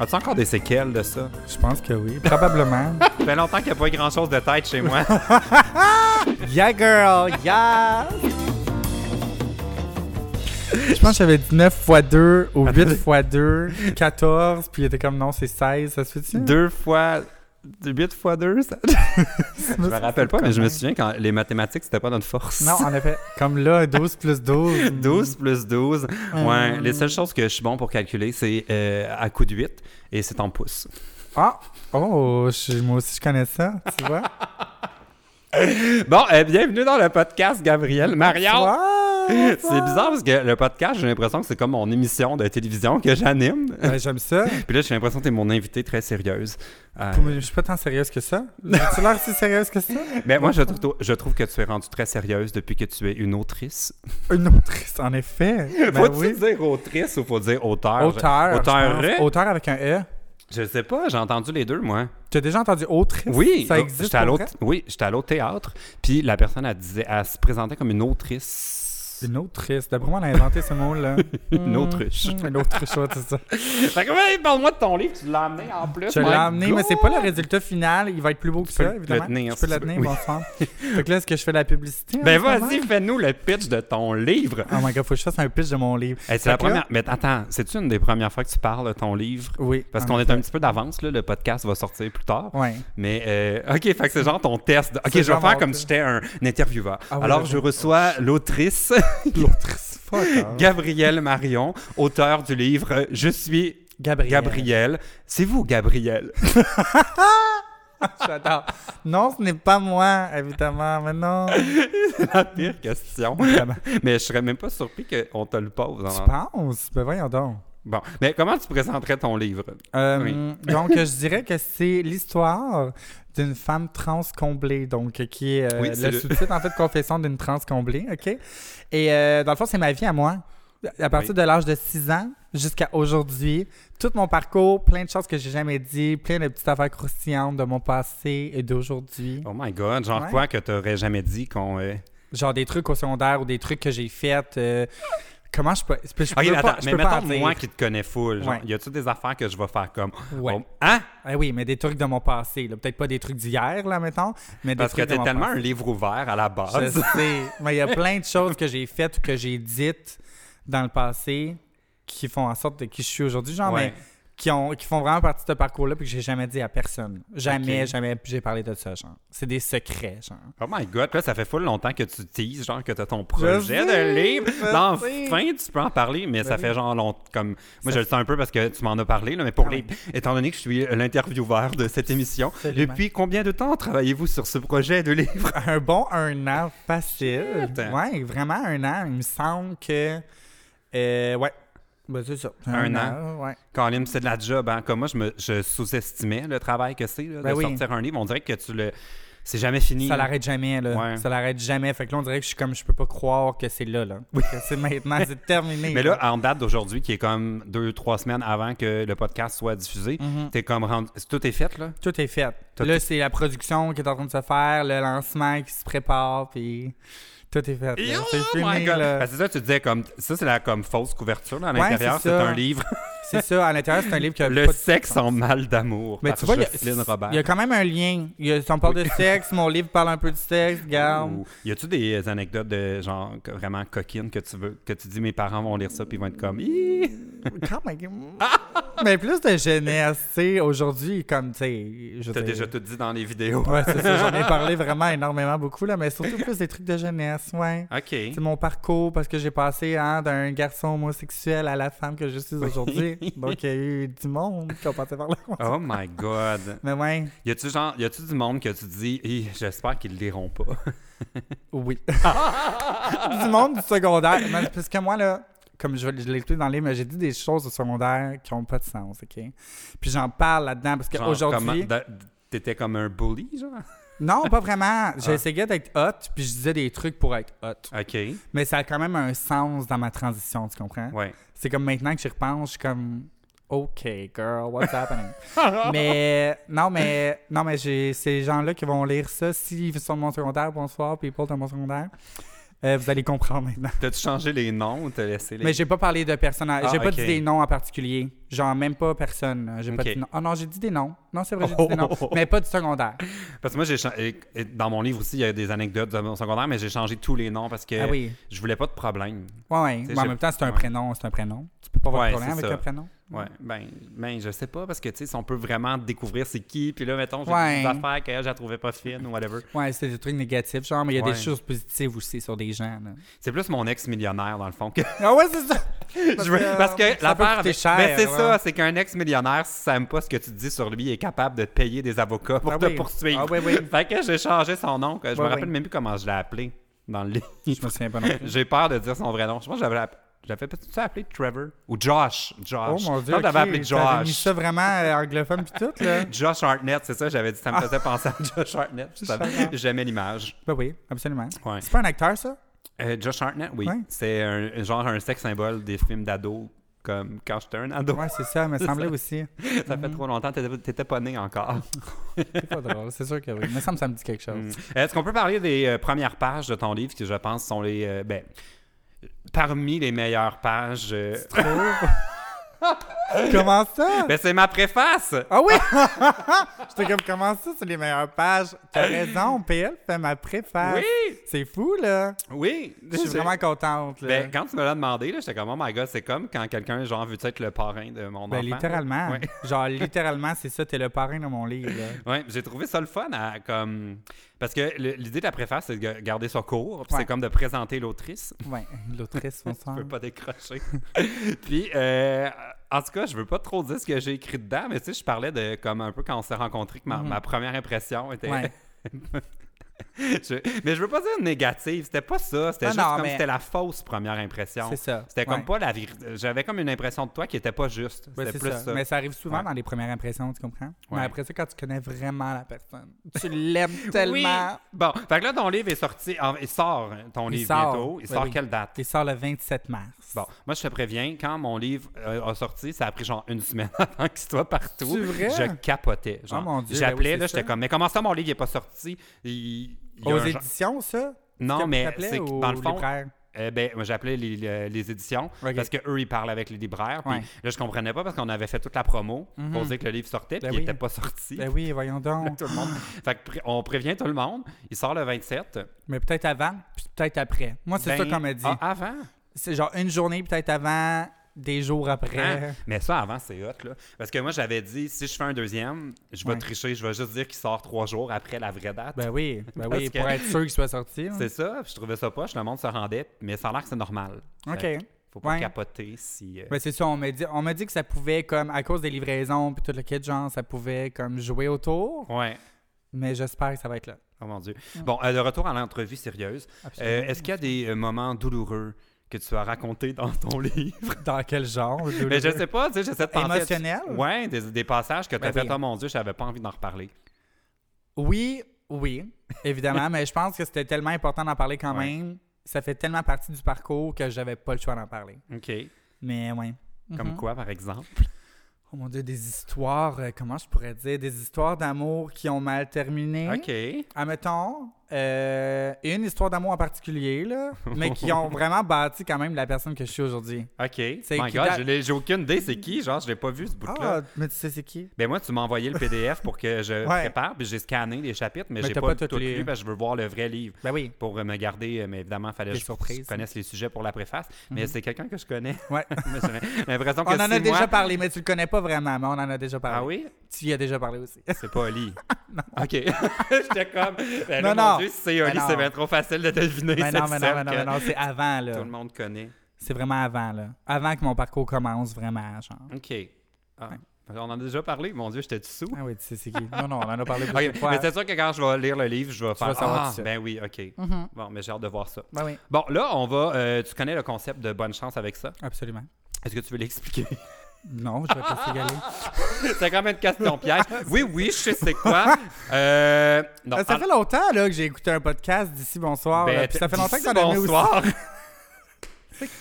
As-tu encore des séquelles de ça? Je pense que oui. Probablement. Ça fait longtemps qu'il n'y a pas grand-chose de tête chez moi. yeah, girl! Yeah! Je pense que j'avais 9 x 2 ou 8 x 2, 14, puis il était comme non, c'est 16, ça se fait-tu? Deux fois... 8 fois 2, ça... Je Je me rappelle pas, mais je me souviens quand les mathématiques, c'était pas notre force. Non, en effet, comme là, 12 plus 12. 12 plus 12. Ouais, Hum. les seules choses que je suis bon pour calculer, c'est euh, à coup de 8 et c'est en pouces. Ah! Oh, je- moi aussi, je connais ça, tu vois? Bon, euh, bienvenue dans le podcast, Gabriel. Marion! Wow! C'est bizarre parce que le podcast, j'ai l'impression que c'est comme mon émission de télévision que j'anime. Ouais, Ben, J'aime ça. Puis là, j'ai l'impression que t'es mon invité très sérieuse. Euh, Pour moi, Je suis pas tant sérieuse que ça. As-tu l'air si sérieuse que ça? mais moi, je trouve, je trouve que tu es rendue très sérieuse depuis que tu es une autrice. Une autrice, en effet. Ben Faut-tu oui. dire autrice ou faut dire auteur? Auteur. Auteur. je pense. Auteur avec un E. Je sais pas, j'ai entendu les deux, moi. Tu as déjà entendu autrice? Oui, Ça oh, existe. j'étais à pour l'autre- vrai? Oui, j'étais à l'autre théâtre, puis la personne, elle, disait, elle se présentait comme une autrice. Une autrice. D'après moi, on a inventé ce mot-là. Une autruche. Hum, Une autriche, ouais, c'est ça. Fait que, ouais, parle-moi de ton livre, tu l'as amené en plus. Je my l'ai amené, mais God! c'est pas le résultat final. Il va être plus beau que peux ça, le évidemment. tenir, je peux si le tu veux. tenir, Oui. bon sang. Fait que là, est-ce que je fais la publicité? Ben en ce moment? vas-y, fais-nous le pitch de ton livre. Oh my god, faut que je fasse un pitch de mon livre. Hey, c'est la Fait que là- première. Mais attends, c'est-tu une des premières fois que tu parles de ton livre? Oui. Parce en qu'on est effet. un petit peu d'avance, là, le podcast va sortir plus tard. Ouais. Mais, euh, OK, fait que c'est genre ton test. de- OK, C'est je vais genre faire mon comme test. si j'étais un, un intervieweur. Ah oui, Alors, oui, je oui. reçois l'autrice L'autrice, fuck. off. Gabrielle Marion, auteur du livre euh, Je suis Gabriel. Gabrielle. C'est vous, Gabrielle. J'adore. Non, ce n'est pas moi, évidemment, mais non. La pire question. Vraiment. Mais je serais même pas surpris qu'on te le pose. Tu hein. penses? Ben voyons donc. Bon. Mais comment tu présenterais ton livre? Euh, Oui. donc, je dirais que c'est l'histoire d'une femme trans comblée, donc qui est euh, Oui, c'est le le- sous-titre en fait Confession d'une trans comblée, ok. Et euh, dans le fond, c'est ma vie à moi. À partir de l'âge de 6 ans jusqu'à aujourd'hui, tout mon parcours, plein de choses que j'ai jamais dit, plein de petites affaires croustillantes de mon passé et d'aujourd'hui. Oh my God, genre Ouais. quoi que t'aurais jamais dit qu'on... euh, Genre des trucs au secondaire ou des trucs que j'ai fait. euh, comment je peux. Je peux, je Ok, peux attends, pas, je mais peux pas en mettons, dire. moi qui te connais full, genre, Ouais. y a-tu des affaires que je vais faire comme. Ouais. oh, hein? Ah oui, mais des trucs de mon passé. là. Peut-être pas des trucs d'hier, là, mettons. Mais des Parce que trucs de t'es mon tellement passé. un livre ouvert à la Je base. sais. Mais il y a plein de choses que j'ai faites ou que j'ai dites dans le passé qui font en sorte de qui je suis aujourd'hui, genre, Ouais. mais qui, ont, qui font vraiment partie de ce parcours-là puis que j'ai jamais dit à personne. Jamais, Ok. jamais j'ai parlé de ça, genre. C'est des secrets, genre. Oh my god, là, ça fait full longtemps que tu teases, genre que t'as ton sais, projet de livre. je Là, sais. Ben Enfin, tu peux en parler, mais ça oui. fait genre long. Comme... Moi, je le sens un peu parce que tu m'en as parlé, là, mais pour Ah les. Étant donné que je suis l'intervieweur de cette émission, Absolument. depuis combien de temps travaillez-vous sur ce projet de livre? Un bon un an facile. Shit. Ouais, vraiment un an. Il me semble que. euh, ouais. Ben, c'est ça. Un ouais. Colin, c'est de la job, hein? Comme moi, je, me... je sous-estimais le travail que c'est là, de Ben oui. sortir un livre. On dirait que tu le. C'est jamais fini. Ça l'arrête jamais, là. Ouais. Ça l'arrête jamais. Fait que là, on dirait que je suis comme, je peux pas croire que c'est là, là. Que c'est maintenant, c'est terminé. Mais là, en date d'aujourd'hui, qui est comme deux, trois semaines avant que le podcast soit diffusé, Mhm. t'es comme rendu... tout est fait, là? tout est fait. Tout là, c'est la production qui est en train de se faire, le lancement qui se prépare, puis tout est fait. oh là. Ben, C'est fini, là. Parce que Ben, ça, tu disais comme. Ça, c'est la comme fausse couverture, là, à Ouais, l'intérieur. c'est c'est ça. un livre. C'est ça. À l'intérieur, c'est un livre qui a Le pas de- sexe en mal d'amour. Mais par tu vois, il y, Jocelyne a- Robert. il y a quand même un lien. Il y a- si on parle de sexe, mon livre parle un peu de sexe, regarde. Ou- Y a-tu des anecdotes de genre que- vraiment coquines que tu veux que tu dis mes parents vont lire ça puis ils vont être comme Hi! Quand même. Mais plus de jeunesse, tu sais, aujourd'hui, comme, tu sais. je veux t'as dire- déjà tout dit dans les vidéos. Ouais, c'est ça, j'en ai parlé vraiment énormément beaucoup, là, mais surtout plus des trucs de jeunesse, ouais. Ok. C'est mon parcours parce que j'ai passé hein, d'un garçon homosexuel à la femme que je suis aujourd'hui. Donc, il y a eu du monde qui ont passé par là. Oh my god. Mais ouais, Y a-tu genre y a-tu du monde que tu dis Hi, j'espère qu'ils le liront pas. oui. du monde du secondaire. Non, parce que moi, là, comme je, je l'explique dans le livre, mais j'ai dit des choses au secondaire qui n'ont pas de sens, OK? Puis j'en parle là-dedans parce Genre, comment- qu'aujourd'hui... da- T'étais comme un bully, genre? Non, pas vraiment. J'essayais d'être hot, puis je disais des trucs pour être hot. OK. Mais ça a quand même un sens dans ma transition, tu comprends? Ouais. C'est comme maintenant que j'y repense, je suis comme OK, girl, what's happening? mais non, mais non, mais j'ai ces gens-là qui vont lire ça s'ils sont de mon secondaire, bonsoir, people de mon secondaire. Euh, vous allez comprendre maintenant. T'as-tu changé les noms ou t'as laissé les. Mais j'ai pas parlé de personnages. Ah, j'ai pas ok. dit des noms en particulier. Genre, même pas personne. là. J'ai pas Ok. Oh. dit non. Ah non, j'ai dit des noms. Non, c'est vrai, j'ai dit des noms. Mais pas du secondaire. Parce que moi, j'ai cha- et- et dans mon livre aussi, il y a des anecdotes de mon secondaire, mais j'ai changé tous les noms parce que Ah oui. je voulais pas de problème. Ouais, ouais. Tu sais, Mais en j'ai- même temps, c'est un ouais. prénom. C'est un prénom. Tu peux pas avoir Ouais, de problème c'est avec ça. un prénom. Ouais, ben, ben, je sais pas, parce que, tu sais, si on peut vraiment découvrir c'est qui, puis là, mettons, j'ai Ouais. des affaires que je la trouvais pas fine ou whatever. Ouais, c'est des trucs négatifs, genre, mais il y a Ouais. des choses positives aussi sur des gens. là. C'est plus mon ex-millionnaire, dans le fond, que Ah ouais, c'est ça. euh, je veux- Parce que ça peut l'affaire. coûter avec- cher. Mais c'est ouais. ça, c'est qu'un ex-millionnaire, si ça aime pas ce que tu dis sur lui, il est capable de te payer des avocats pour Ah te oui. poursuivre. Ah oui, oui. Fait que j'ai changé son nom, que je Ouais, me rappelle oui. même plus comment je l'ai appelé dans le livre. Je me souviens pas non plus. J'ai peur de dire son vrai nom. Je pense que j'avais app- j'avais peut-être appelé Trevor ou Josh. Oh Josh. mon dieu. Non, j'avais ok, appelé t'avais mis Josh. ça vraiment euh, anglophone puis tout, là. Josh Hartnett, c'est ça, j'avais dit, ça me Ah. faisait penser à Josh Hartnett. Je savais- J'aimais l'image. Ben oui, absolument. Ouais. C'est pas un acteur, ça? Euh, Josh Hartnett, oui. Ouais. C'est un, genre un sex symbole des films d'ados, comme quand j'étais un ado. Ouais, Mhm. c'est ça, me semblait aussi. Ça fait trop longtemps, t'étais t'étais pas né encore. C'est pas drôle, c'est sûr que oui. Me semble que ça me dit quelque chose. Mm. Est-ce qu'on peut parler des euh, premières pages de ton livre, qui je pense sont les. euh, ben, parmi les meilleures pages. euh, Mm. Comment ça? ben, c'est ma préface! Ah oui! J'étais comme, comment ça, c'est les meilleures pages? T'as raison, PL fait ma préface. Oui! C'est fou, là. Oui! Je suis vraiment contente, là. Ben, quand tu me l'as demandé, là, j'étais comme, oh my god, c'est comme quand quelqu'un, genre, veut être le parrain de mon Ben, enfant. littéralement. Ouais. Genre, littéralement, c'est ça, t'es le parrain de mon livre. là. Ouais, j'ai trouvé ça le fun à, comme. Parce que le- l'idée de la préface, c'est de ga- garder ça court, puis Ouais. c'est comme de présenter l'autrice. Ouais, l'autrice, on Je s'en. peux pas décrocher. puis, euh, en tout cas, je veux pas trop dire ce que j'ai écrit dedans, mais tu sais, je parlais de, comme un peu quand on s'est rencontrés, que ma, Mhm. ma première impression était. Ouais. Je- mais je veux pas dire négative, c'était pas ça, c'était Non, juste non, comme mais- c'était la fausse première impression. C'est ça. C'était comme ouais. pas la vérité. J'avais comme une impression de toi qui était pas juste. Ouais, C'était c'est plus ça. ça. Mais ça arrive souvent Ouais. dans les premières impressions, tu comprends? Ouais. Mais après ça, quand tu connais vraiment la personne, tu l'aimes tellement. Oui. Bon, fait que là, ton livre est sorti. en- Il sort, hein, ton Il livre sort. bientôt. Il Oui, sort oui. quelle date? Tu sors le 27 mars. Bon, moi, je te préviens, quand mon livre euh, a sorti, ça a pris genre une semaine avant qu'il soit partout. C'est vrai? Je capotais. Genre, Oh mon Dieu, ben oui, J'appelais, c'est là, j'étais ça. comme, mais comment ça, mon livre n'est pas sorti? Il- il y a un Aux genre- éditions, ça? Non, Qu'est-ce mais t'appelais c'est que ou dans le fond, libraire? euh, ben, moi, j'appelais les, les- les éditions Ok. parce qu'eux, ils parlent avec les libraires. Puis Ouais. là, je comprenais pas parce qu'on avait fait toute la promo pour Mhm. dire que le livre sortait, puis Ben il oui. n'était pas sorti. Ben oui, Là, voyons donc. tout le monde. Fait que pré- on prévient tout le monde. Il sort le 27. Mais peut-être avant, puis peut-être après. Moi, c'est Ben, ça qu'on m'a dit. Euh, ah, avant? C'est genre une journée, peut-être avant, des jours après. Hein? Mais ça, avant, c'est hot, là. Parce que moi, j'avais dit, si je fais un deuxième, je vais Ouais. tricher, je vais juste dire qu'il sort trois jours après la vraie date. Ben oui, ben Parce oui, que- pour être sûr qu'il soit sorti. hein. c'est ça, puis je trouvais ça poche, le monde se rendait, mais ça a l'air que c'est normal. OK. Fait que Faut pas Ouais. capoter si... euh, Ben c'est ça, on m'a dit, on m'a dit que ça pouvait, comme, à cause des livraisons puis tout le kit, genre, ça pouvait, comme, jouer autour. Ouais. Mais j'espère que ça va être là. Oh mon Dieu. Bon, euh, de retour à l'entrevue sérieuse, Absolument. euh, est-ce qu'il y a des euh, moments douloureux que tu as racontés dans ton livre? Dans quel genre? mais Ben, je sais pas, tu sais, j'essaie de penser... à- Émotionnel? Ouais, des, des passages que tu as Ben fait, oui. oh mon Dieu, j'avais pas envie d'en reparler. Oui, oui, évidemment, mais je pense que c'était tellement important d'en parler quand Ouais. même. Ça fait tellement partie du parcours que j'avais pas le choix d'en parler. OK. Mais ouais. Comme Mhm. quoi, par exemple? Oh mon dieu, des histoires, euh, comment je pourrais dire, des histoires d'amour qui ont mal terminé. OK. Admettons, euh, et une histoire d'amour en particulier, là, mais qui ont vraiment bâti quand même la personne que je suis aujourd'hui. OK. C'est My qui God, date- je l'ai- j'ai aucune idée c'est qui, genre je l'ai pas vu ce bout-là. Ah, mais tu sais c'est qui? Ben moi tu m'as envoyé le PDF pour que je Ouais. prépare, puis j'ai scanné les chapitres mais, Mais j'ai t'as pas, pas tout, toutes les- lu parce que je veux voir le vrai livre Ben oui. pour euh, me garder euh, mais évidemment fallait que Des je surprises. connaisse les sujets pour la préface mais c'est quelqu'un que je connais. Ouais. Mais j'ai l'impression que On en a si déjà moi- parlé, mais tu le connais pas vraiment, mais on en a déjà parlé. Ah oui, Tu y as déjà parlé aussi. c'est pas Oli. OK. J'étais comme ben là, Non, mon non. Dieu, si c'est Ben Oli, non. c'est bien trop facile de deviner Mais cette Ben non, mais non, scène mais non, que mais non, c'est avant, là. tout le monde connaît. C'est vraiment avant, là. Avant que mon parcours commence, vraiment, genre. OK. Ah. On en a déjà parlé, mon Dieu, j'étais sous. Ah oui, tu sais c'est qui? Non, non, on en a parlé Ok, plusieurs fois. mais c'est sûr que quand je vais lire le livre, je vais faire vas savoir ah, tout de suite. ben oui, OK. Mhm. Bon, mais j'ai hâte de voir ça. Ben oui, Bon, là, on va. euh, tu connais le concept de bonne chance avec ça. absolument. Est-ce que tu veux l'expliquer Non, je vais te laisser y aller. C'est quand même une question piège. Oui, oui, je sais c'est quoi. Euh, non, Euh, ça fait longtemps, là, que j'ai écouté un podcast d'ici bonsoir. alors, ben, là, puis ça fait longtemps que d'ici t'en as mis aussi. bonsoir.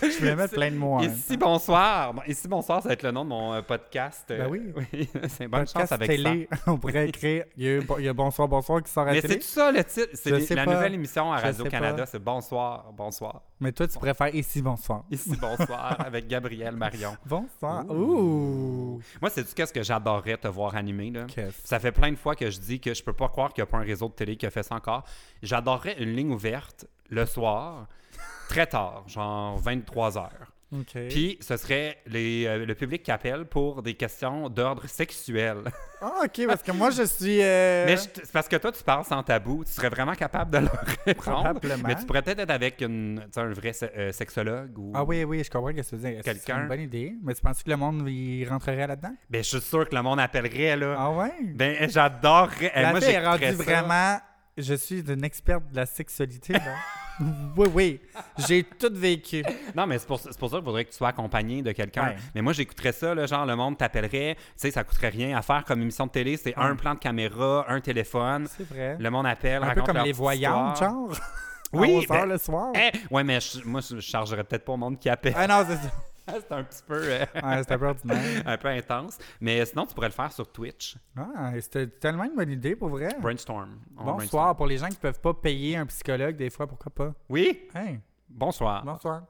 Je voulais mettre plein de mots. hein. en même Ici, bonsoir. Bon, Ici, bonsoir, ça va être le nom de mon euh, podcast. euh, Ben oui. c'est temps. bonne chance Podcast avec télé, on pourrait écrire. Il y, a, bon- il y a Bonsoir, Bonsoir qui sort ça. à la Mais télé. c'est tout ça le titre. C'est Je les- sais la pas. nouvelle émission à Je sais Radio-Canada, pas. c'est Bonsoir, bonsoir. Mais toi, tu préfères Ici, Bonsoir. Ici, bonsoir, avec Gabriel Marion. Bonsoir. Ouh. Moi, c'est du qu'est-ce que j'adorais te voir animer. Là. Qu'est-ce? Ça fait plein de fois que je dis que je peux pas croire qu'il n'y a pas un réseau de télé qui a fait ça encore. J'adorerais une ligne ouverte le soir, très tard, genre 23 heures. OK. Puis ce serait les, euh, le public qui appelle pour des questions d'ordre sexuel. Ah, OK, parce que moi, je suis. euh, Mais je t- c'est parce que toi, tu parles sans tabou. Tu serais vraiment capable de leur répondre. Probablement. Mais tu pourrais peut-être être avec une, tu sais, un vrai se- euh, sexologue. Ou... Ah oui, oui, je comprends ce que tu veux dire. C'est Quelqu'un. une bonne idée. Mais tu penses que le monde, il rentrerait là-dedans? Ben, je suis sûr que le monde appellerait. Là. Ah ouais? Ben, j'adorerais. Eh, la moi, fille est j'écouterais ça. rendue vraiment... Je suis une experte de la sexualité, là. oui, oui. J'ai tout vécu. Non, mais c'est pour, ça- c'est pour ça qu'il faudrait que tu sois accompagné de quelqu'un. Ouais. Mais moi, j'écouterais ça, là, genre, le monde t'appellerait. Tu sais, ça coûterait rien à faire comme émission de télé. C'est un plan de caméra, un téléphone. C'est vrai. Le monde appelle, Un peu raconte comme leur les petite voyantes, histoire. genre. Oui, À 11 heures ben- le soir. Eh, ouais, mais je- moi, je chargerais peut-être pas au monde qui appelle. Ah non, c'est ça. c'est un petit peu, euh, Ouais, c'était un peu ordinaire. un peu intense. Mais sinon, tu pourrais le faire sur Twitch. Ah, c'était tellement une bonne idée, pour vrai. Brainstorm. On brainstorm. Bonsoir. Pour les gens qui peuvent pas payer un psychologue, des fois, pourquoi pas? Oui, Hein? bonsoir. Bonsoir.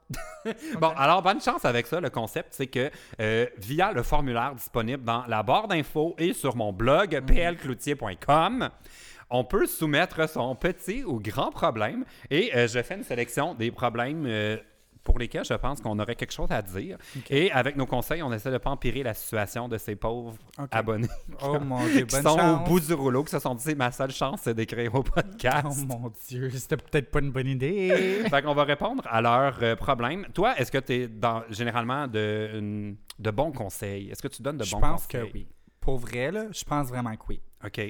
Bon, alors bonne chance avec ça. Le concept, c'est que euh, via le formulaire disponible dans la barre d'infos et sur mon blog Mhm. plcloutier.com, on peut soumettre son petit ou grand problème et euh, je fais une sélection des problèmes euh, pour lesquels je pense qu'on aurait quelque chose à dire. Et avec nos conseils, on essaie de ne pas empirer la situation de ces pauvres Ok. abonnés Oh mon Dieu, qui bonne sont chance. au bout du rouleau, qui se sont dit « Ma seule chance, c'est d'écrire au podcast. Oh mon Dieu, c'était peut-être pas une bonne idée. Fait qu'on va répondre à leurs euh, problèmes. Toi, est-ce que tu es dans, généralement de, une- de bons conseils? Est-ce que tu donnes de Je bons pense conseils? que oui. Pour vrai, là, je pense vraiment que oui. OK.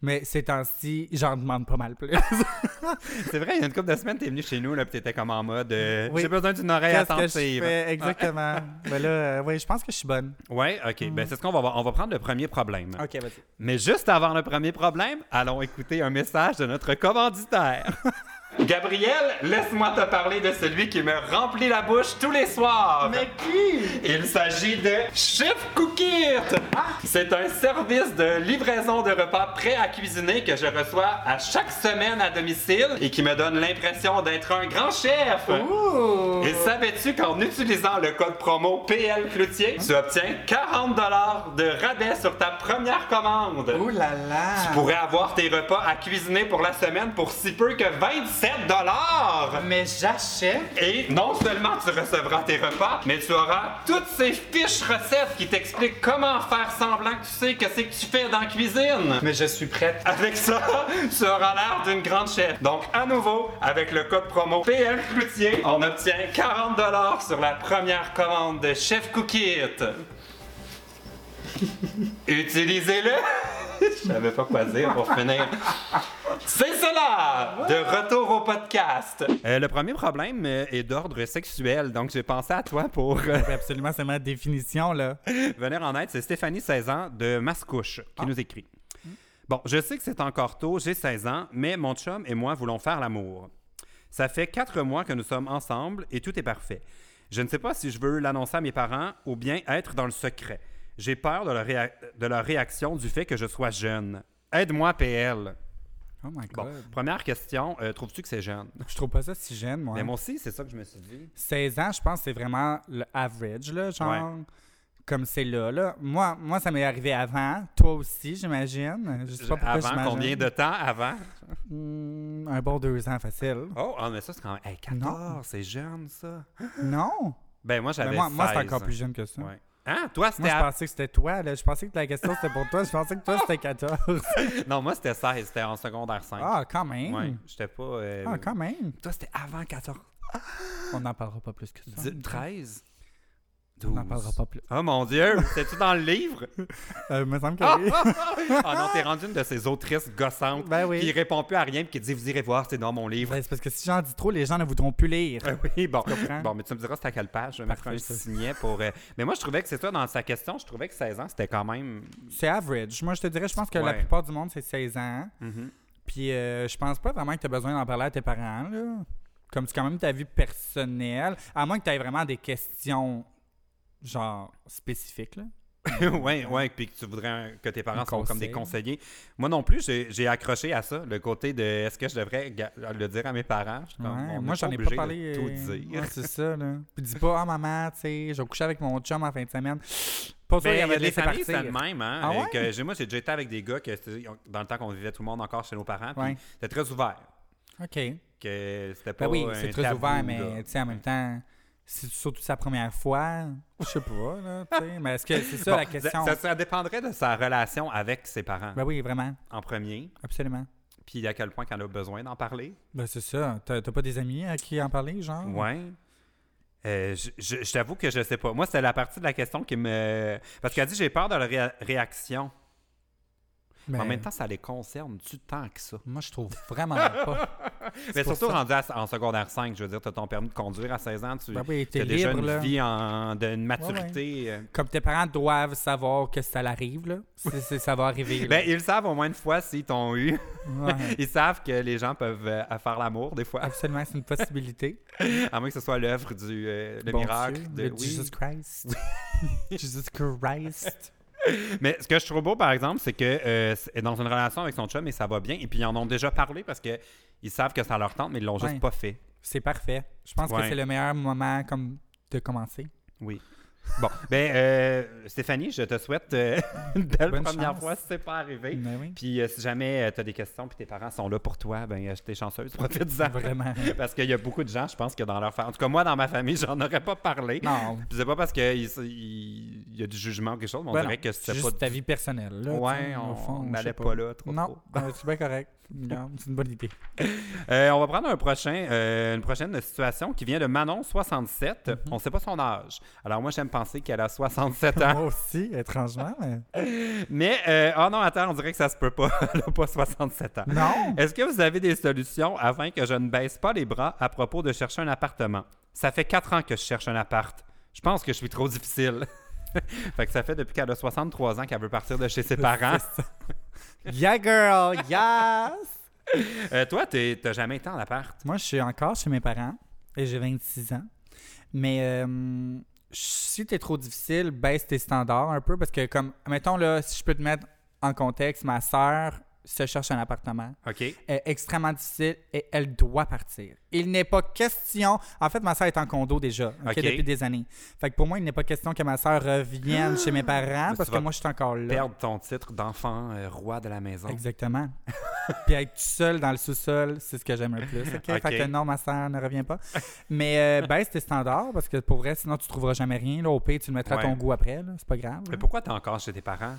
Mais ces temps-ci, j'en demande pas mal plus. C'est vrai, il y a une couple de semaines, tu es venu chez nous, là, puis tu étais comme en mode euh, Oui. J'ai besoin d'une oreille Qu'est-ce que je attentive. fais exactement? Mais là, euh, oui, je pense que je suis bonne. Ouais, OK. Mm. Ben, c'est ce qu'on va voir. On va prendre le premier problème. OK, vas-y. Mais juste avant le premier problème, allons écouter un message de notre commanditaire. Gabriel, laisse-moi te parler de celui qui me remplit la bouche tous les soirs. qui? Il s'agit de Chef Cookit. C'est un service de livraison de repas prêt à cuisiner que je reçois à chaque semaine à domicile et qui me donne l'impression d'être un grand chef. Ouh! Et savais-tu qu'en utilisant le code promo PL Cloutier, tu obtiens 40 dollars de rabais sur ta première commande. Ouh là là! Tu pourrais avoir tes repas à cuisiner pour la semaine pour si peu que 27 dollars. Mais j'achète! Et non seulement tu recevras tes repas, mais tu auras toutes ces fiches recettes qui t'expliquent comment faire semblant que tu sais que c'est que tu fais dans la cuisine. Mais je suis prête. Avec ça, tu auras l'air d'une grande chef. Donc, à nouveau, avec le code promo PL Cloutier, on obtient 40$ sur la première commande de Chef Cookit. Utilisez-le! Je savais pas quoi dire pour finir. C'est cela! De retour au podcast! le premier problème euh, est d'ordre sexuel, donc j'ai pensé à toi pour euh, C'est absolument, c'est ma définition, là. venir en aide. C'est Stéphanie, 16 ans, de Mascouche, Ah. qui nous écrit. Bon, je sais que c'est encore tôt, j'ai 16 ans, mais mon chum et moi voulons faire l'amour. Ça fait quatre mois que nous sommes ensemble et tout est parfait. Je ne sais pas si je veux l'annoncer à mes parents ou bien être dans le secret. J'ai peur de leur, réa- de leur réaction du fait que je sois jeune. Aide-moi, PL. Oh my Bon, god. première question, euh, trouves-tu que c'est jeune? Je trouve pas ça si jeune, moi. Mais moi aussi, c'est ça que je me suis dit. 16 ans, je pense que c'est vraiment le average, là, genre. Comme c'est là, là. Moi, moi, ça m'est arrivé avant. Toi aussi, j'imagine. Je sais pas pourquoi avant, j'imagine. combien de temps avant? Hmm, un bon deux ans facile. Oh, ah, mais ça, c'est quand même. Hey, 14, c'est jeune, ça. Non! Ben, moi, Mais j'avais moi, moi, c'est 16. encore plus jeune que ça. Ouais. Hein? Toi, c'était. Moi, je à- pensais que c'était toi. Là. Je pensais que la question c'était pour toi. Je pensais que toi, c'était 14. Non, moi, c'était 16. C'était en secondaire 5. Ah, quand même. Ouais, j'étais pas. euh, Ah, quand même. Toi, c'était avant 14. On n'en parlera pas plus que ça. 10, 13? On 12. n'en parlera pas plus. Oh mon Dieu! C'était-tu dans le livre? Euh, me semble que Ah oui. non, t'es rendu une de ces autrices gossantes Ben oui. qui répond plus à rien puis qui dit Vous irez voir, c'est dans mon livre. Ben, c'est parce que si j'en dis trop, les gens ne voudront plus lire. Ah oui, bon. Ben comprends? bon, mais tu me diras c'est à quelle page. Je vais mettre Parfait, un ça. signet pour. euh, Mais moi, je trouvais que c'est ça, dans sa question, je trouvais que 16 ans, c'était quand même. C'est average. Moi, je te dirais, je pense que la Ouais. plupart du Mm-hmm. monde, c'est 16 ans. Puis euh, je pense pas vraiment que tu as besoin d'en parler à tes parents. Là. Comme c'est quand même ta vie personnelle, à moins que tu aies vraiment des questions, genre, spécifiques, là. oui, ouais, puis que tu voudrais un- que tes parents Un soient comme des conseil. conseillers. Moi non plus, j'ai j'ai accroché à ça, le côté de est-ce que je devrais ga- le dire à mes parents. Je suis comme, Ouais, on moi, n'est j'en ai obligé pas de parlé. Tout euh, dire. Ben, ouais, c'est ça, là. Puis dis pas, ah, maman, tu sais, je vais coucher avec mon chum en fin de semaine. Pas sûr, Ben, il il y a avait des laissé familles, c'est partir. le même. Hein, Ah euh, ouais? que j'ai- moi, j'ai déjà été avec des gars que c'était- dans le temps qu'on vivait tout le monde encore chez nos parents, puis Ouais. c'était très ouvert. OK. Que c'était pas Ben oui, un c'est très tabou, ouvert, là. Mm. mais tu sais, en même temps, si surtout sa première fois, je sais pas, là, tu sais. Mais est-ce que c'est ça Bon, la question? Ça, ça dépendrait de sa relation avec ses parents Ben oui, vraiment, en premier, absolument. puis à quel point qu'elle a besoin d'en parler. Ben c'est ça. T'as t'as pas des amis à qui en parler, genre? Ouais. Euh, je je- je t'avoue que je sais pas. Moi, c'est la partie de la question qui me. Parce qu'elle dit j'ai peur de la réa- réaction. Mais Mais en Ben. même temps, ça les concerne du temps que ça. Moi, je trouve vraiment pas. Mais pour surtout ça. rendu à- en secondaire 5, je veux dire, tu as ton permis de conduire à 16 ans, tu Ben oui, t'es as déjà libre, une là. vie en- d'une maturité. euh. Comme tes parents doivent savoir que ça l'arrive, là. C'est- c'est- ça va arriver, là. Ben, ils le savent au moins une fois s'ils t'ont eu. Ouais. Ils savent que les gens peuvent euh, faire l'amour des fois, Absolument, c'est une possibilité. à moins que ce soit l'œuvre du euh, le Bon miracle de Dieu, le oui. Jesus Christ. Jesus Christ. Mais ce que je trouve beau, par exemple, c'est que euh, c'est dans une relation avec son chum et ça va bien. Et puis ils en ont déjà parlé parce que ils savent que ça leur tente, mais ils l'ont Ouais. juste pas fait. C'est parfait. Je pense que Ouais. c'est le meilleur moment comme de commencer. Oui. Bon, ben euh, Stéphanie, je te souhaite euh, une belle Bonne première chance. fois si c'est pas arrivé. Ben oui. Puis euh, si jamais tu as des questions puis tes parents sont là pour toi, ben euh, t'es chanceuse, profite-en. Vraiment. Parce qu'il y a beaucoup de gens, je pense que dans leur famille, en tout cas moi dans ma famille, j'en aurais pas parlé. Non. Puis c'est pas parce qu'il il, il y a du jugement ou quelque chose, mais on Ben dirait non, que c'est c'était juste pas ta vie personnelle. Là, Ouais, tu sais, on- au fond, on je n'allait sais pas là, trop, Non, trop. euh, c'est bien correct. Non, c'est une bonne idée. Euh, on va prendre un prochain, euh, une prochaine situation qui vient de Manon, 67. Mhm. On ne sait pas son âge. Alors, moi, j'aime penser qu'elle a 67 ans. Moi aussi, étrangement. mais- Mais, euh, oh non, attends, on dirait que ça se peut pas. Elle n'a pas 67 ans. Non! Est-ce que vous avez des solutions afin que je ne baisse pas les bras à propos de chercher un appartement? Ça fait 4 ans que je cherche un appart. Je pense que je suis trop difficile. fait que ça fait depuis qu'elle a 63 ans qu'elle veut partir de chez ses parents. Yeah, girl! Yes! Euh, toi, tu n'as jamais été en appart. Moi, je suis encore chez mes parents et j'ai 26 ans. Mais euh, si t'es trop difficile, baisse tes standards un peu parce que, comme, mettons, là, si je peux te mettre en contexte, ma sœur se cherche un appartement. OK. est extrêmement difficile et elle doit partir. Il n'est pas question. En fait, ma soeur est en condo déjà ok, Ok. depuis des années. Fait que pour moi, il n'est pas question que ma soeur revienne chez mes parents Ah! Mais parce tu que vas moi, je suis encore là. Perdre ton titre d'enfant euh, roi de la maison. Exactement. Puis être tout seul dans le sous-sol, c'est ce que j'aime le plus. ok? Ok. Fait que non, ma soeur ne revient pas. Mais euh, baisse tes standards parce que pour vrai, sinon tu trouveras jamais rien. Là, au pire, tu le mettras à ton Ouais. goût après. là. C'est pas grave. là. Mais pourquoi t'es encore chez tes parents?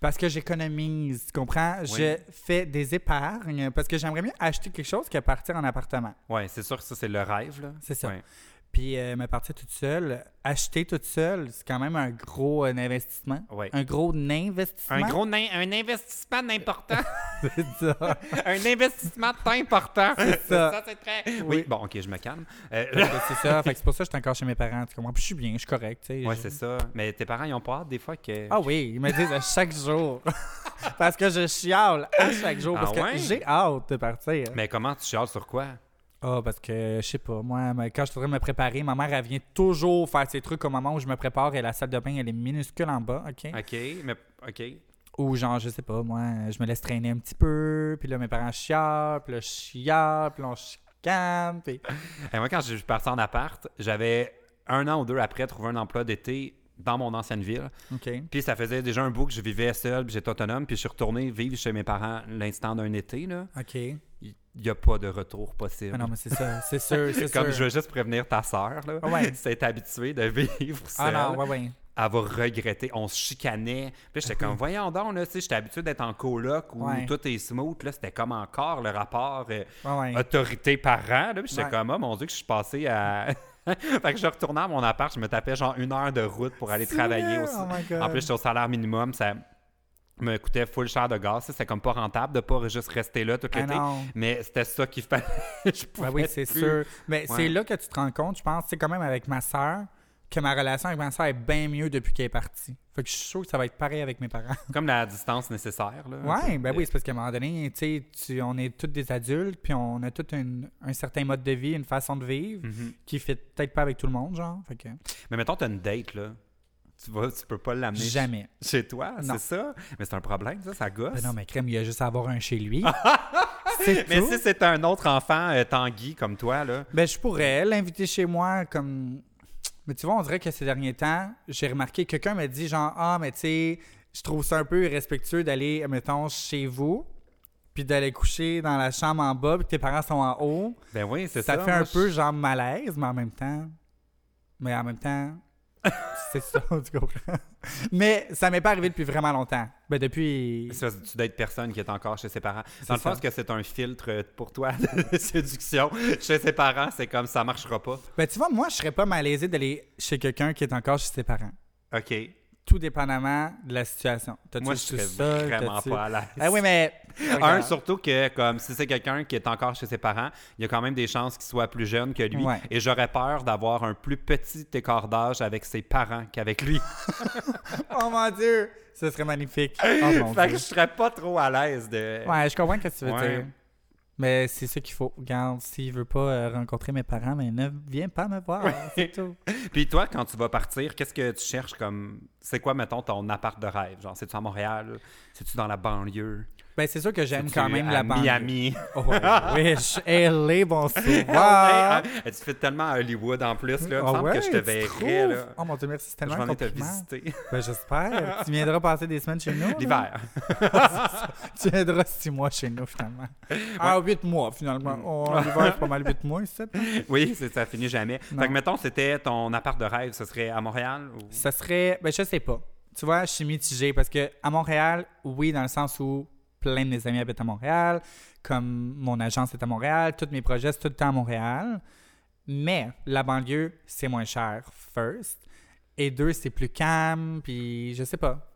Parce que j'économise, tu comprends? Je fais des épargnes parce que j'aimerais mieux acheter quelque chose que partir en appartement. Ouais, c'est sûr que ça, c'est le rêve, là. C'est ça. Ouais. Puis euh, me partir toute seule, acheter toute seule, c'est quand même un gros euh, investissement. Ouais. Un gros investissement. Un gros nain- un investissement d'important. C'est ça. un investissement d'important. ça. c'est très. Oui. Oui. bon, ok, je me calme. Fait Euh, que c'est ça. Fait que c'est pour ça que je suis encore chez mes parents. Tu comprends? Puis je suis bien, je suis correct. tu sais. ouais, Je- c'est ça. Mais tes parents, ils ont pas hâte des fois que. Ah oui, ils me disent à chaque jour. parce que je chiale à chaque jour. Ah Parce que ouais? j'ai hâte de partir. Mais comment tu chiales sur quoi? Ah, parce que, je sais pas, moi, ma- quand je suis en train de me préparer, ma mère, elle vient toujours faire ses trucs au moment où je me prépare et la salle de bain, elle est minuscule en bas, OK? Ok, mais. Ok. Eh, Ou genre, je sais pas, moi, je me laisse traîner un petit peu, puis là, mes parents chialent, puis là, je chiale, puis là, on chicane, puis... Et moi, quand je suis parti en appart, j'avais un an ou deux après trouvé un emploi d'été dans mon ancienne ville. OK. Puis ça faisait déjà un bout que je vivais seul, puis j'étais autonome, puis je suis retourné vivre chez mes parents l'instant d'un été, là. OK. Il n'y a pas de retour possible. Ah non, mais c'est ça, c'est sûr, c'est sûr. Comme je veux juste prévenir ta sœur, là. Ah ouais. C'est habitué de vivre Ah seule. non, ouais, ouais. Elle va regretter. On se chicanait. Puis là, j'étais comme, voyons donc, là, tu sais, j'étais habitué d'être en coloc où Ouais. tout est smooth. Là, c'était comme encore le rapport euh, Ouais, ouais. autorité-parent. Là, puis j'étais Ouais. comme, oh mon Dieu, que je suis passé à. fait que je retournais à mon appart, je me tapais genre une heure de route pour aller C'est travailler vrai? aussi. Oh my God. en plus, j'étais au salaire minimum, ça me coûtait full cher de gaz. ça, C'était comme pas rentable de pas juste rester là tout Ah l'été. non. mais c'était ça qu'il fallait. je Ben pouvais oui, c'est plus. sûr. Mais Ouais. c'est là que tu te rends compte, je pense, c'est quand même avec ma sœur, que ma relation avec ma soeur est bien mieux depuis qu'elle est partie. Fait que je suis sûr que ça va être pareil avec mes parents. Comme la distance nécessaire. Là, un Ouais, peu. ben oui, c'est parce qu'à un moment donné, tu sais, tu- on est tous des adultes, puis on a tous un, un certain mode de vie, une façon de vivre Mhm. qui fait peut-être pas avec tout le monde, genre. Fait que Mais mettons, t'as une date, là. Tu, vas, tu peux pas l'amener chez- jamais. chez toi, Non. c'est ça? Mais c'est un problème, ça, ça gosse. Ben non, mais crème, il y a juste à avoir un chez lui. c'est Mais tout. si c'est un autre enfant, euh, Tanguy, comme toi, là. Ben, je pourrais l'inviter chez moi comme. Mais tu vois, on dirait que ces derniers temps, j'ai remarqué que quelqu'un m'a dit genre Ah, mais tu sais, je trouve ça un peu irrespectueux d'aller, mettons, chez vous, puis d'aller coucher dans la chambre en bas, puis que tes parents sont en haut. Ben oui, c'est Ça, ça. fait moi, un je- peu genre malaise, mais en même temps. Mais en même temps, c'est ça, tu comprends. Mais ça m'est pas arrivé depuis vraiment longtemps. Ben, depuis. Ça, tu dates personne qui est encore chez ses parents. Dans le ça. sens que c'est un filtre pour toi de séduction. Chez ses parents, c'est comme ça marchera pas. Ben, tu vois, moi, je serais pas malaisé d'aller chez quelqu'un qui est encore chez ses parents. OK. tout dépendamment de la situation. T'as-tu Moi, le je serais sous-sol, vraiment t'as-tu- pas à l'aise. Ah oui, mais. Un, surtout que comme si c'est quelqu'un qui est encore chez ses parents, il y a quand même des chances qu'il soit plus jeune que lui. Ouais. Et j'aurais peur d'avoir un plus petit écart d'âge avec ses parents qu'avec lui. Oh mon Dieu! Ce serait magnifique. Oh mon fait que Dieu. je serais pas trop à l'aise de. Ouais, je comprends ce que tu veux Ouais. dire. Mais c'est ça qu'il faut. Regarde, s'il veut pas euh, rencontrer mes parents, mais ne viens pas me voir. C'est tout. Puis toi, quand tu vas partir, qu'est-ce que tu cherches comme. C'est quoi, mettons, ton appart de rêve? Genre, c'est-tu à Montréal? C'est-tu dans la banlieue? Ben, c'est sûr que j'aime C'est-tu quand même à la banlieue. Miami. Oh, wesh. Elle est bon Ah soir. ouais, hein? Tu fais tellement à Hollywood en plus, là. Il me Ah semble ouais, que je te tu verrais, trouves? là. Oh mon Dieu, merci. C'est Je tellement vais un venir te compliment. visiter Ben, j'espère. tu viendras passer des semaines chez nous. là. l'hiver. tu aideras six mois chez nous, finalement. Ah, huit mois, finalement. Oh, On l'hiver, c'est pas mal huit mois, ici. Oui, c'est- ça finit jamais. Fait Non. que, mettons, c'était ton appart de rêve, ce serait à Montréal? ou- Ça serait... Ben, je sais pas. Tu vois, je suis mitigé parce que à Montréal, oui, dans le sens où plein de mes amis habitent à Montréal, comme mon agence est à Montréal, tous mes projets, c'est tout le temps à Montréal. Mais la banlieue, c'est moins cher, first. Et deux, c'est plus calme, puis je sais pas.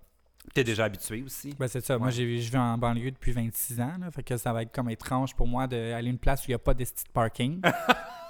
T'es déjà habitué aussi? Ben, c'est ça. Moi, j'ai, je vis en banlieue depuis 26 ans. Là, fait que ça va être comme étrange pour moi d'aller à une place où il n'y a pas de petit parking.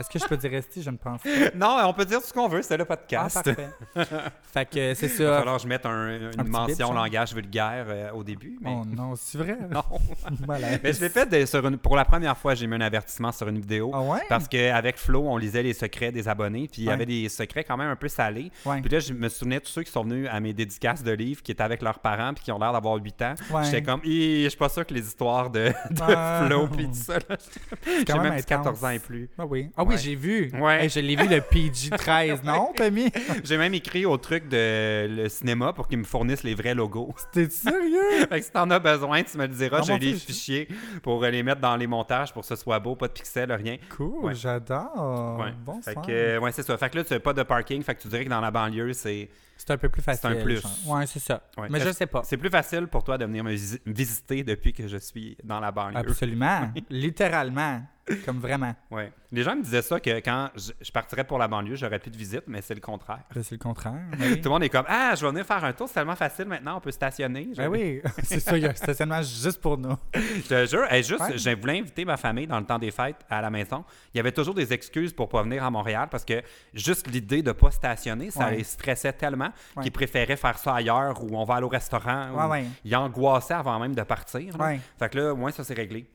Est-ce que je peux dire rester? Je ne pense pas. Non, on peut dire tout ce qu'on veut, c'est le Ah, podcast. parfait. fait que c'est Il va ça. falloir que je mette Euh, un- une petit bip, mention ça. langage vulgaire euh, au début. Mais... Oh non, c'est vrai. Non. Malaise. Mais je l'ai fait de- sur une- pour la première fois, j'ai mis un avertissement sur une vidéo. Ah ouais? Parce qu'avec Flo, on lisait les secrets des abonnés, puis il y Ouais. avait des secrets quand même un peu salés. Ouais. Puis là, je me souvenais de tous ceux qui sont venus à mes dédicaces de livres, qui étaient avec leurs parents, puis qui ont l'air d'avoir 8 ans. Ouais. J'étais comme, Hi, je suis pas sûr que les histoires de, de Ah. Flo, puis tout ça, là. j'ai quand même même dit intense. 14 ans et plus. Ah oui. Ah oui, Ouais. j'ai vu. Ouais. Hey, je l'ai vu le PG-13, non, Tommy? J'ai même écrit au truc de le cinéma pour qu'ils me fournissent les vrais logos. T'es sérieux? Fait que si t'en as besoin, tu me le diras, Non, j'ai mon les Dieu, je- fichiers pour euh, les mettre dans les montages pour que ce soit beau, pas de pixels, rien. Cool, Ouais. j'adore. Ouais. Bon Fait soir. que, euh, ouais, c'est ça. Fait que là, tu n'as pas de parking. Fait que tu dirais que dans la banlieue, c'est, C'est un peu plus facile. c'est un plus. genre. Ouais, c'est ça. Ouais. Mais je Est-ce- sais pas. c'est plus facile pour toi de venir me visi- visiter depuis que je suis dans la banlieue. Absolument. Littéralement. Comme vraiment. Ouais. Les gens me disaient ça que quand je, je partirais pour la banlieue, j'aurais plus de visite, mais c'est le contraire. Ben, C'est le contraire. Tout le monde est comme Ah, je vais venir faire un tour, c'est tellement facile maintenant, on peut stationner. Je- Ben oui, c'est ça, il y a un stationnement juste pour nous. Je te jure, hey, juste, Ouais. je voulais inviter ma famille dans le temps des fêtes à la maison. Il y avait toujours des excuses pour pas venir à Montréal parce que juste l'idée de pas stationner, ça Ouais. les stressait tellement Ouais. qu'ils préféraient faire ça ailleurs ou on va aller au restaurant. ou Ouais, ouais. Ils angoissaient avant même de partir. là. Ouais. Fait que là, au moins, ça c'est réglé.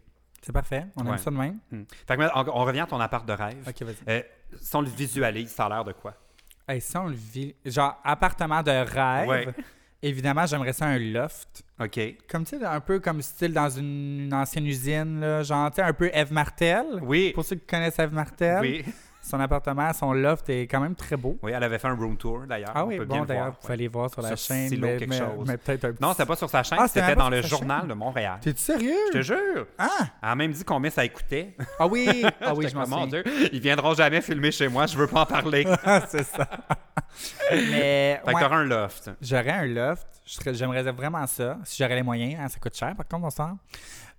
C'est parfait, on Ouais. aime ça de même. Hmm. Fait que, mais, on, on revient à ton appart de rêve. Ok, vas-y. Euh, si on le visualise, ça a l'air de quoi? Hey, si on le vit, genre appartement de rêve, Ouais. évidemment, j'aimerais ça un loft. OK. Comme, tu sais, un peu comme style dans une, une ancienne usine, là, genre, tu sais, un peu Eve Martel. Oui. Pour ceux qui connaissent Eve Martel, Oui. son appartement, son loft est quand même très beau. oui, elle avait fait un room tour d'ailleurs. Ah on oui, peut bien bon, le d'ailleurs, voir, vous ouais. pouvez aller voir sur la Sur chaîne. Silo mais, quelque mais- chose. mais peut-être un petit... Non, c'était pas sur sa chaîne, Ah, c'était c'était pas dans sur le sa journal de Montréal. T'es-tu sérieux? Je te jure. Ah! Elle a même dit combien ça écoutait. Ah oui! Ah oui, J'étais je m'en comme, Mon souviens. Dieu, ils viendront jamais filmer chez moi, je veux pas en parler. fait Ah, c'est ça. mais, que ouais. t'auras un loft. J'aurais un loft. Je serais- J'aimerais vraiment ça. Si j'aurais les moyens. hein, ça coûte cher, par contre, on s'en.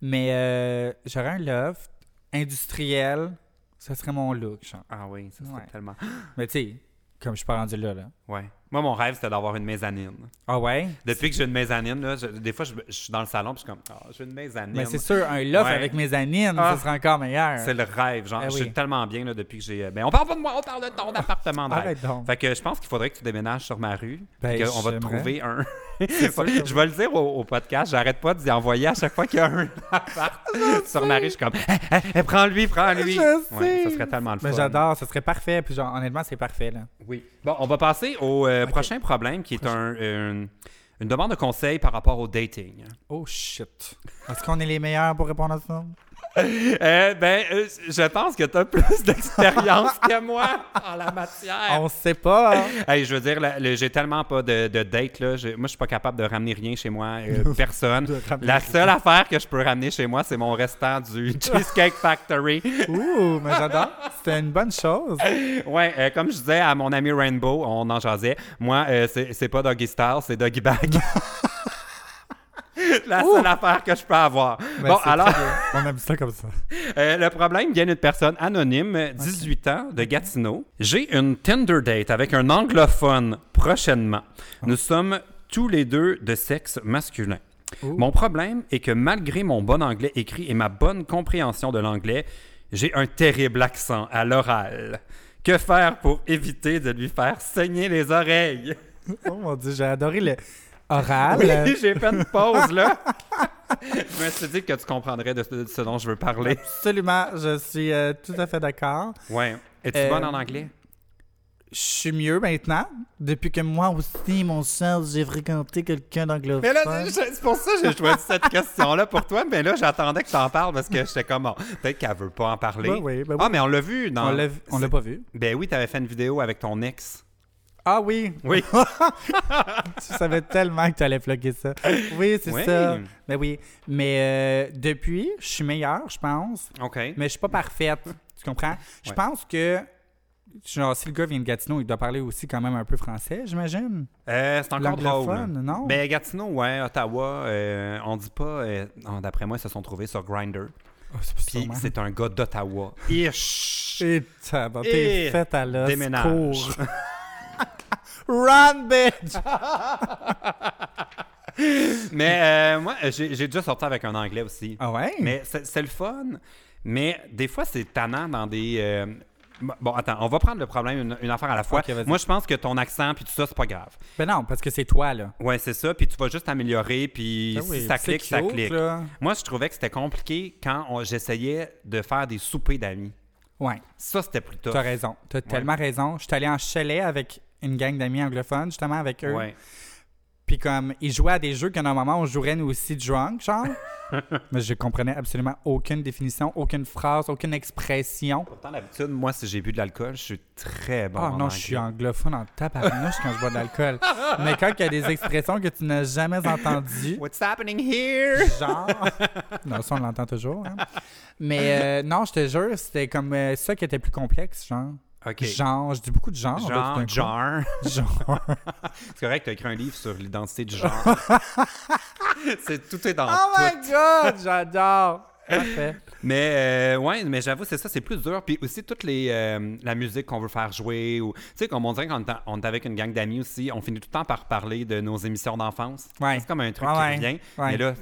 Mais euh, j'aurais un loft industriel. Ce serait mon look, genre. Ah oui, ça serait Ouais. tellement. Mais tu sais, comme je suis pas rendu là, là. Ouais. Moi, mon rêve, c'était d'avoir une mezzanine. Ah ouais? Depuis que j'ai une mezzanine, là, je- des fois, je, je suis dans le salon, puis je suis comme, ah, j'ai une mezzanine. Mais Ben, c'est sûr, un loft Ouais. avec mes anines, Ah. ça serait encore meilleur. C'est le rêve, genre. Eh Je suis oui. tellement bien là, depuis que j'ai. Ben, on parle pas de moi, on parle de ton appartement. de rêve. Arrête donc. Fait que je pense qu'il faudrait que tu déménages sur ma rue. Ben, puis qu'on va te j'aimerais. trouver un. je vais le dire au, au podcast. J'arrête pas d'y envoyer à chaque fois qu'il y a un appart sur ma rue. Je suis comme, Eh, eh, eh, prends-lui, prends-lui. Je Ouais, ça sais. serait tellement le fun. Mais j'adore, ce serait parfait. Puis genre, honnêtement, c'est parfait, là. Oui. Bon, on va passer au euh, prochain problème qui est un- une- une demande de conseil par rapport au dating. Oh shit. Est-ce qu'on est les meilleurs pour répondre à ça? Eh ben, euh, je pense que tu as plus d'expérience que moi en la matière. On sait pas. hein? Hey, je veux dire, la- le- j'ai tellement pas de, de date. Là. J'ai- Moi, je suis pas capable de ramener rien chez moi. euh, personne. De ramener La seule affaire que je peux ramener chez moi, c'est mon restant du Cheesecake Factory. Ouh, mais j'adore. C'était une bonne chose. Ouais, euh, comme je disais à mon ami Rainbow, on en jasait. Moi, euh, c'est c'est pas Doggy Star, c'est Doggy Bag. La seule affaire que je peux avoir. Ben, bon, c'est alors, très bien. On aime ça comme ça. Euh, le problème vient d'une personne anonyme, 18 ans, de Gatineau. J'ai une Tinder date avec un anglophone prochainement. Ah. Nous sommes tous les deux de sexe masculin. Ouh. Mon problème est que malgré mon bon anglais écrit et ma bonne compréhension de l'anglais, j'ai un terrible accent à l'oral. Que faire pour éviter de lui faire saigner les oreilles? Oh mon dieu, j'ai adoré le oral. Oui, j'ai fait une pause là. je me suis dit que tu comprendrais de ce- de ce dont je veux parler. Absolument, je suis euh, tout à fait d'accord. Ouais. Es-tu Euh, bonne en anglais? Je suis mieux maintenant, depuis que moi aussi, mon sens, j'ai fréquenté quelqu'un d'anglophone. Mais là, je- c'est pour ça que j'ai choisi cette question-là pour toi. Mais là, j'attendais que tu en parles parce que j'étais comme, oh, peut-être qu'elle veut pas en parler. Ben oui, ben oui. Ah, mais on l'a vu dans. on l'a- on l'a pas vu. Ben oui, t'avais fait une vidéo avec ton ex. Ah oui, Oui. tu savais tellement que tu allais floquer ça. Oui, c'est Oui. ça. Mais oui, mais euh, depuis, je suis meilleure, je pense. OK. Mais je suis pas parfaite. Tu comprends? Je Ouais. pense que. Genre, si le gars vient de Gatineau, il doit parler aussi quand même un peu français, j'imagine. Euh, c'est encore drôle. L'anglophone, non? Ben, Gatineau, ouais, Ottawa, euh, on dit pas. euh, non, D'après moi, ils se sont trouvés sur Grindr. Oh, c'est pas Puis sûrement. c'est un gars d'Ottawa. Ish! Et tabac, Et t'es faite à l'os. déménage. cours. Run, bitch! Mais euh, moi, j'ai j'ai déjà sorti avec un anglais aussi. Ah ouais? Mais c'est c'est le fun. Mais des fois, c'est tannant dans des. euh, Bon, attends, on va prendre le problème une, une affaire à la fois. Ok, vas-y. Moi, je pense que ton accent puis tout ça, c'est pas grave. Ben non, parce que c'est toi, là. Ouais, c'est ça. Puis tu vas juste améliorer. Puis Ben si oui, ça c'est clique, ça cute, clique. là. Moi, je trouvais que c'était compliqué quand on- j'essayais de faire des soupers d'amis. Ouais, Ça, c'était plus tough. t'as raison. T'as tellement raison. Je suis allé en chalet avec une gang d'amis anglophones, justement, avec eux. Ouais. Puis comme, ils jouaient à des jeux que normalement on jouerait nous aussi drunk, genre. Mais je comprenais absolument aucune définition, aucune phrase, aucune expression. Pourtant, d'habitude, moi, si j'ai bu de l'alcool, je suis très bon. Ah en non, anglais. je suis anglophone en tabarnouche quand je bois de l'alcool. Mais quand il y a des expressions que tu n'as jamais entendues, What's happening here? genre... Non, ça, on l'entend toujours. hein. Mais euh, non, je te jure, c'était comme euh, ça qui était plus complexe, genre. OK. Genre, je dis beaucoup de genre. là, tout d'un Genre, coup. genre. Genre. C'est correct, t'as écrit un livre sur l'identité du genre. c'est tout est dans Oh tout. my God, j'adore. Parfait. Mais euh, ouais, mais j'avoue, c'est ça, c'est plus dur. Puis aussi, toute les, euh, la musique qu'on veut faire jouer, ou tu sais, comme on dirait quand on est en- on est avec une gang d'amis aussi, on finit tout le temps par parler de nos émissions d'enfance. Ouais. C'est comme un truc Ouais, qui ouais. revient. Ouais. Mais là,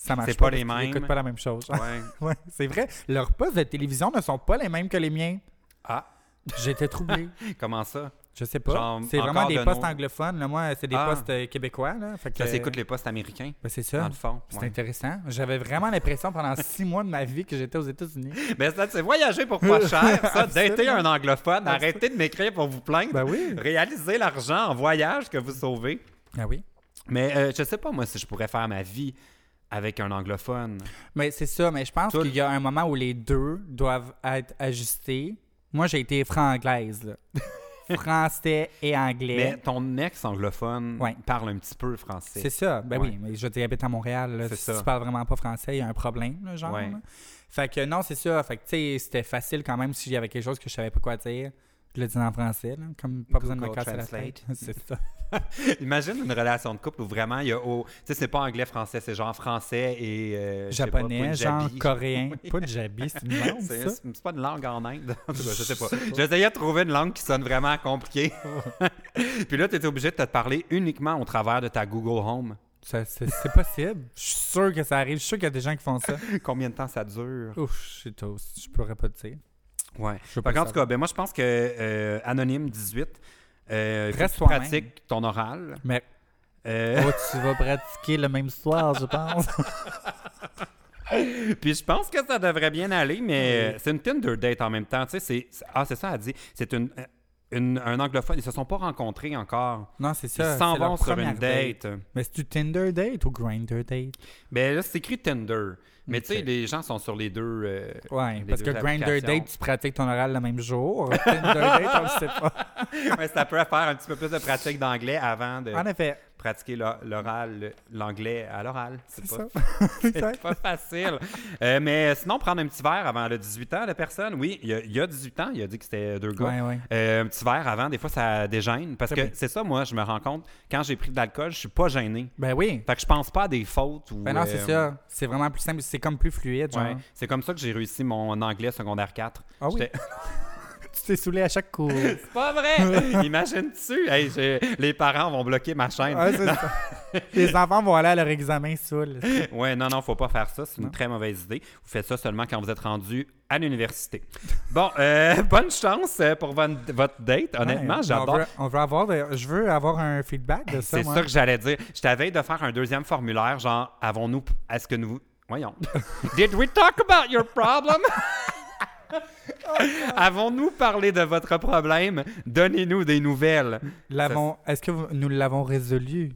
Ça marche C'est pas les parce qu'ils mêmes. écoutent pas la même chose. ouais. Ouais, c'est vrai. Leurs postes de télévision ne sont pas les mêmes que les miens. Ah, J'étais troublé. comment ça? Je sais pas. Genre, C'est vraiment encore des de postes nos- anglophones. Là, moi, c'est des Ah. postes euh, québécois. Là, fait que- Ça s'écoute les postes américains, Ben, c'est dans ça. le fond. C'est ouais. intéressant. J'avais vraiment l'impression pendant six mois de ma vie que j'étais aux États-Unis. Mais Ben, ça, c'est voyager pour pas cher, ça, dater un anglophone, Absolument. arrêtez de m'écrire pour vous plaindre, Ben oui. réalisez l'argent en voyage que vous sauvez. Ah oui. Mais euh, je sais pas, moi, si je pourrais faire ma vie avec un anglophone. Mais c'est ça. Mais je pense Tout- qu'il y a un moment où les deux doivent être ajustés. Moi, j'ai été franc-anglaise. là. Français et anglais. Mais ton ex anglophone Ouais. parle un petit peu français. C'est ça. Ben Ouais. oui, mais je dis, habite à Montréal. là, C'est si ça. tu parles vraiment pas français, il y a un problème, là, genre. Ouais. là. Fait que non, c'est ça. Fait que tu sais, c'était facile quand même s'il y avait quelque chose que je savais pas quoi dire. Je le disais en français, là, comme pas besoin de me Google casser la Translate. tête. c'est ça. Imagine une relation de couple où vraiment il y a. au- Tu sais, c'est pas anglais-français, c'est genre français et. euh, je sais pas, Japonais, genre punjabi. coréen. Pas de jabi, c'est une langue, C'est ça. c'est pas une langue en Inde. En tout cas, je sais pas. J'essayais de trouver une langue qui sonne vraiment compliquée. Puis là, tu étais obligé de te parler uniquement au travers de ta Google Home. Ça, C'est c'est possible. Je suis sûr que ça arrive. Je suis sûr qu'il y a des gens qui font ça. Combien de temps ça dure? Ouf, je suis toast. Je pourrais pas te dire. Ouais. Je veux Fait pas qu'en le tout cas, ben moi, je pense que euh, Anonyme 18, euh, faut Reste que tu toi-même. pratiques ton oral. Mais Euh, oh, tu vas pratiquer le même soir, je pense. Puis je pense que ça devrait bien aller, mais c'est une Tinder date en même temps. Tu sais, c'est- c'est- ah, c'est ça, elle dit. C'est une, euh, une- un anglophone. Ils se sont pas rencontrés encore. Non, c'est Ils ça. s'en c'est leur vont sur première une date. Mais c'est du Tinder date ou Grinder date? Ben là, c'est écrit Tinder. Mais tu sais, Ok. les gens sont sur les deux. euh, Ouais, les parce que deux Grinder applications. date, tu pratiques ton oral le même jour. Tinder date, on le sait pas. Ouais, ça peut faire un petit peu plus de pratique d'anglais avant de En effet, pratiquer l'o- l'oral, l'anglais à l'oral. c'est pas ça. C'est pas facile. Euh, mais sinon, prendre un petit verre avant le 18 ans, la personne. Oui, il y a, il y a 18 ans, il a dit que c'était deux gars. Ouais, ouais. Euh, un petit verre avant, des fois, ça dégêne. Parce Très que bien. c'est ça, moi, je me rends compte, quand j'ai pris de l'alcool, je suis pas gêné. Ben oui. Fait que je pense pas à des fautes. Ou, Ben non, c'est euh, ça. C'est vraiment plus simple. C'est comme plus fluide, genre. ouais. C'est comme ça que j'ai réussi mon anglais secondaire 4. Ah oui? J'étais- Tu t'es saoulé à chaque cours. c'est pas vrai! Imagine-tu? Hey, j'ai- les parents vont bloquer ma chaîne. Ouais, c'est ça. Les enfants vont aller à leur examen saoul. Ouais, non, non, faut pas faire ça. C'est une Non. très mauvaise idée. Vous faites ça seulement quand vous êtes rendu à l'université. Bon, euh, bonne chance euh, pour von- votre date. Honnêtement, Ouais, j'adore. On veut, on veut avoir, de- je veux avoir un feedback de ça. C'est moi. ça que j'allais dire. Je t'avais de faire un deuxième formulaire, genre, avons-nous. Est-ce que nous. Voyons. Did we talk about your problem? Avons-nous parlé de votre problème? Donnez-nous des nouvelles. L'avons- Est-ce que vous- nous l'avons résolu?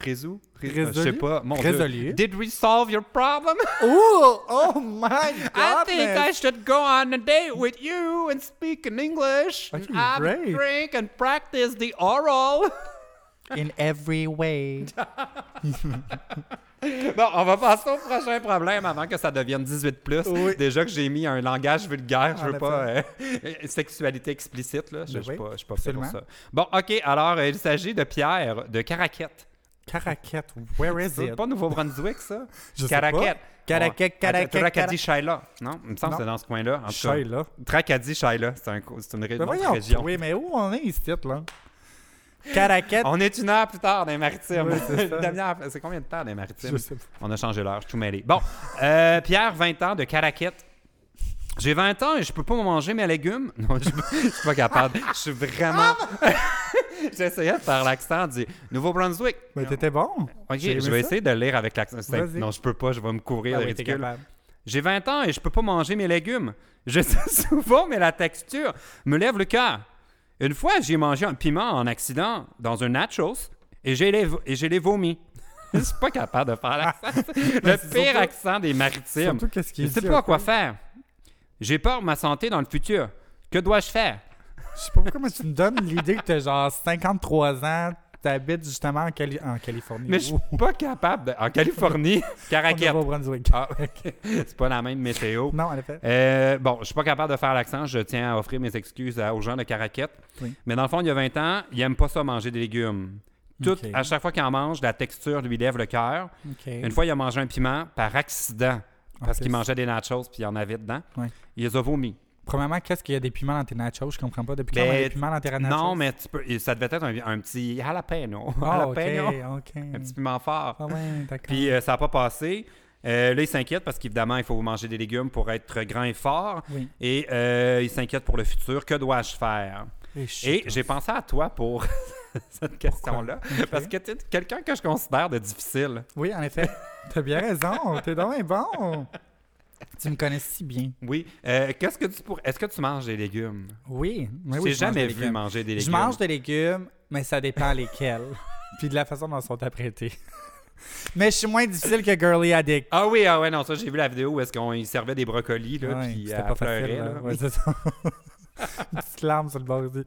Résou? Ré- euh, Résolu? Je sais pas. Mon Dieu. Résolu. Did we solve your problem? Oh, oh my God! I think I should go on a date with you and speak in English. That'd be Have a great. drink and practice the oral. In every way. Bon, on va passer au prochain problème avant que ça devienne 18 plus. Oui. Déjà que j'ai mis un langage vulgaire, je En veux pas euh, sexualité explicite là, je Ben je suis oui, pas je suis pas fait pour absolument. ça. Bon, OK, alors euh, il s'agit de Pierre de Caraquette. Caraquette, where is C'est it? pas Nouveau-Brunswick ça Je sais Caraquette. pas. Caraquette, Caraquette, Tracadie Caraquette. Shaila. Non, il me semble que Non. c'est dans ce coin-là en tout cas. Chai, là. Tracadie Shaila, c'est un co- c'est une ré- une Ben autre voyons. région. Oui, mais où on est ici, là? Caraquette. On est une heure plus tard dans les maritimes. Oui, c'est ça. Une demi-heure- c'est combien de temps dans les maritimes Je sais pas. On a changé l'heure, je suis tout mêlé. Bon, euh, Pierre, 20 ans, de Caraquette. J'ai 20 ans et je peux pas manger mes légumes. Non, je je suis pas capable. Je suis vraiment... Ah! J'essayais de faire l'accent du Nouveau-Brunswick. Mais t'étais bon. Ok, j'ai aimé je vais ça. essayer de lire avec l'accent. C'est- Vas-y. Non, je peux pas, je vais me courir Ah de oui, t'es ridicule. capable. J'ai 20 ans et je peux pas manger mes légumes. Je sais souvent, mais la texture me lève le cœur. Une fois, j'ai mangé un piment en accident dans un nachos et j'ai les, et j'ai les vomi. Je suis pas capable de faire l'accent. Le c'est pire surtout- accent des maritimes. Surtout qu'est-ce qu'il Je sais dit, pas hein. quoi faire. J'ai peur de ma santé dans le futur. Que dois-je faire? Je sais pas pourquoi, mais tu me donnes l'idée que t'as genre 53 ans, t'habites justement en, Cali- en Californie. Mais je suis Ouh, pas capable. de- En Californie, au Caraquette. Nouveau-Brunswick. Ah, C'est pas la même météo. Non, en effet. Euh, bon, je suis pas capable de faire l'accent. Je tiens à offrir mes excuses à- aux gens de Caraquette. Oui. Mais dans le fond, il y a 20 ans, il aime pas ça manger des légumes. Tout, Ok. à chaque fois qu'il en mange, la texture lui lève le cœur. OK. Ah, Une fois, il a mangé un piment par accident En parce qu'il plus. mangeait des nachos puis il y en avait dedans. Ouais. Il les a vomis. Premièrement, qu'est-ce qu'il y a des piments dans tes nachos? Je comprends pas. Depuis quand Ben, il y a des piments dans tes nachos? Non, mais tu peux- ça devait être un, un petit jalapeno. Ah, OK, Jalapeno. OK. hein. Un petit piment fort. Ah ouais, d'accord. Puis euh, ça n'a pas passé. Euh, là, il s'inquiète parce qu'évidemment, il faut manger des légumes pour être grand et fort. Oui. Et euh, il s'inquiète pour le futur. Que dois-je faire? euh, Et j'ai pensé à toi pour cette question-là. Parce que tu es quelqu'un que je considère de difficile. Oui, en effet. T'as bien raison. T'es donc bien bon. Tu me connais si bien. Oui. Euh, Qu'est-ce que tu pourrais. Est-ce que tu manges des légumes? Oui. mais Je oui t'ai je mange jamais des vu légumes. manger des légumes. Je mange des légumes, mais ça dépend lesquels. Puis de la façon dont ils sont apprêtés. mais je suis moins difficile que Girly Addict. Ah oui, ah ouais, non, ça, j'ai vu la vidéo où est-ce qu'on il servait des brocolis, là, Ouais, puis c'était elle pas facile. pleurait, là. là. Ouais, c'est ça. Une petite larme sur le bord du...